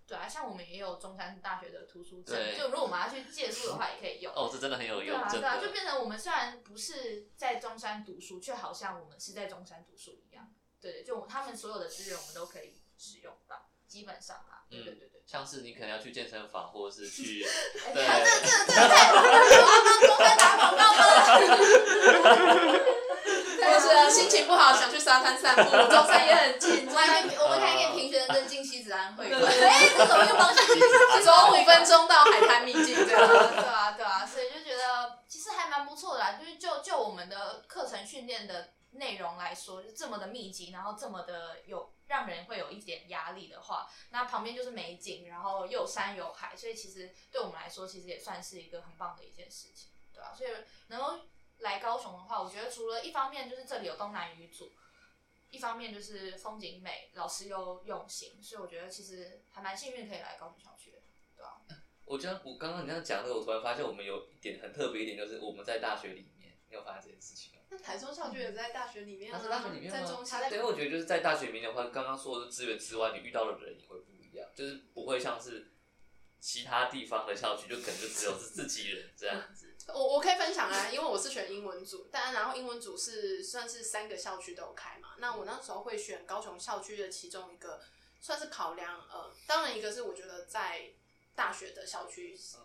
S4: 对啊，像我们也有中山大学的图书证，
S6: 对
S4: 就如果我们要去借书的话，也可以用。
S6: 哦，这真的很有
S4: 对
S6: 用
S4: 啊，，
S6: 真
S4: 对啊，就
S6: 的。
S4: 变成我们虽然不是在中山读书，却好像我们是在中山读书一样。对对，就他们所有的资源我们都可以使用到，基本上啦。对对对对。
S6: 像是你可能要去健身房，或者是去
S4: 哎
S6: 对
S4: 这这这这太我帮中山打广告吗？
S5: 或者是啊心情不好想去沙滩散步， *laughs* 中山也很近，
S4: 我还没，我们可以给评选的证进西子安会馆。
S5: 对
S4: 哎，这怎么又帮上去？
S5: 走五分钟到海滩秘境这
S4: *laughs* 对
S5: 样。
S4: 啊，对啊，对啊，所以就觉得其实还蛮不错的啦。就是就就我们的课程训练的内容来说，就这么的密集，然后这么的有让人会有一点压力的话，那旁边就是美景，然后又有山有海，所以其实对我们来说，其实也算是一个很棒的一件事情，对啊，所以能够来高雄的话，我觉得除了一方面就是这里有东南语组。一方面就是风景美，老师又用心，所以我觉得其实还蛮幸运可以来高雄校区的。
S6: 我觉得我刚刚你这样讲那个，我突然发现我们有一点很特别一点，就是我们在大学里面，你有发现这件事情吗？
S5: 那台中校区也在大学里面
S6: 啊
S5: 啊，
S6: 在大学里面吗
S5: 在中
S4: 他
S5: 山。
S6: 对，因为我觉得就是在大学里面的话，刚刚说的资源之外，你遇到的人也会不一样，就是不会像是其他地方的校区，就可能就只有是自己人这样子。
S5: 我我可以分享啊，因为我是选英文组，但然后英文组是算是三个校区都有开嘛。那我那时候会选高雄校区的其中一个，算是考量呃，当然一个是我觉得在大学的校区
S6: 嗯，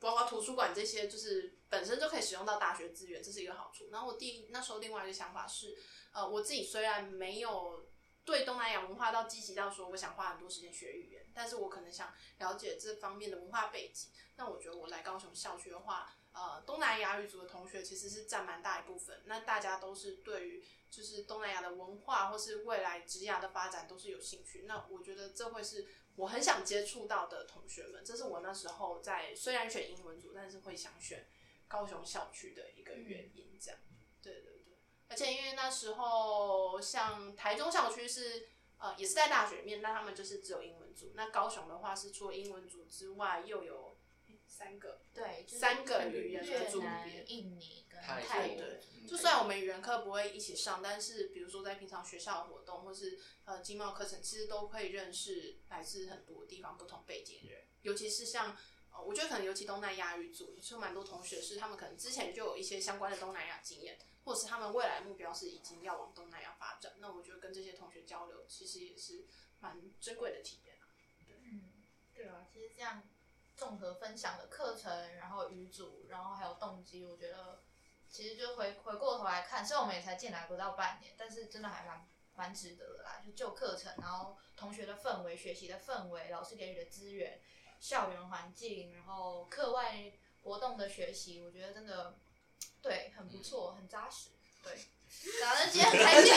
S5: 包括图书馆这些，就是本身就可以使用到大学资源，这是一个好处。然后我第那时候另外一个想法是，呃，我自己虽然没有对东南亚文化到积极到说我想花很多时间学语言，但是我可能想了解这方面的文化背景。那我觉得我来高雄校区的话，呃，东南亚语族的同学其实是占蛮大一部分。那大家都是对于就是东南亚的文化或是未来职涯的发展都是有兴趣。那我觉得这会是我很想接触到的同学们，这是我那时候在虽然选英文组，但是会想选高雄校区的一个原因。这样，对对对。而且因为那时候像台中校区是呃也是在大学里面，那他们就是只有英文组。那高雄的话是除了英文组之外，又有诶三个
S4: 对，就是
S5: 三个
S4: 越
S5: 语言的组
S4: 南
S5: 别
S4: 印尼跟
S6: 泰
S4: 泰
S5: 国
S4: 国。
S5: 就虽然我们语言课不会一起上，但是比如说在平常学校的活动或是呃经贸课程，其实都会认识来自很多地方不同背景的人，尤其是像。呃我觉得可能尤其东南亚语组，就蛮多同学是他们可能之前就有一些相关的东南亚经验，或是他们未来目标是已经要往东南亚发展。那我觉得跟这些同学交流，其实也是蛮珍贵的体验啊。
S4: 嗯，对啊，其实这样综合分享的课程，然后语组，然后还有动机，我觉得其实就回回过头来看，虽然我们也才进来不到半年，但是真的还蛮蛮值得的啦。就就课程，然后同学的氛围、学习的氛围、老师给予的资源、校园环境，然后课外活动的学习，我觉得真的对很不错，很扎实。对，反正今天很开心，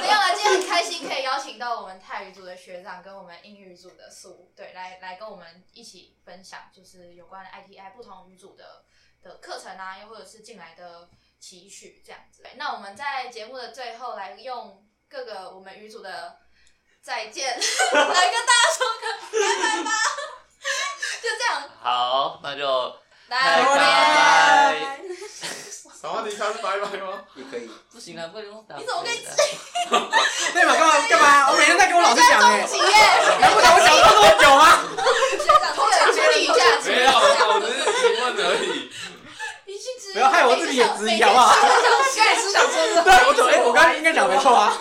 S4: 没有了，今天很开心可以邀请到我们泰语组的学长跟我们英语组的苏，对，来来跟我们一起分享，就是有关 ITI 不同语组的的课程啊，又或者是进来的期许这样子。对那我们在节目的最后来用各个我们语组的再见 *laughs* 来跟大家说个拜拜吧，就这样，
S6: 好，那就
S4: 来
S6: 拜拜
S4: 拜。
S1: 萨瓦迪卡是拜拜吗？
S7: 也可以。
S6: 不行了，不能用打。
S4: 你怎么可以
S6: 不能打
S7: 对嘛？干嘛干嘛？我每天在跟我老师讲哎、
S4: 终极耶！
S7: 难不成我讲了这么久吗？
S4: 学长，这个处理一下，处
S1: 没
S4: 理一
S1: 有，
S4: 下。
S1: 我只是提问而已。
S4: 你去质疑，
S7: 不要害我自己也质疑好不好
S4: 每天小时？
S7: 哎对，我怎么？哎我刚刚应该讲没错啊。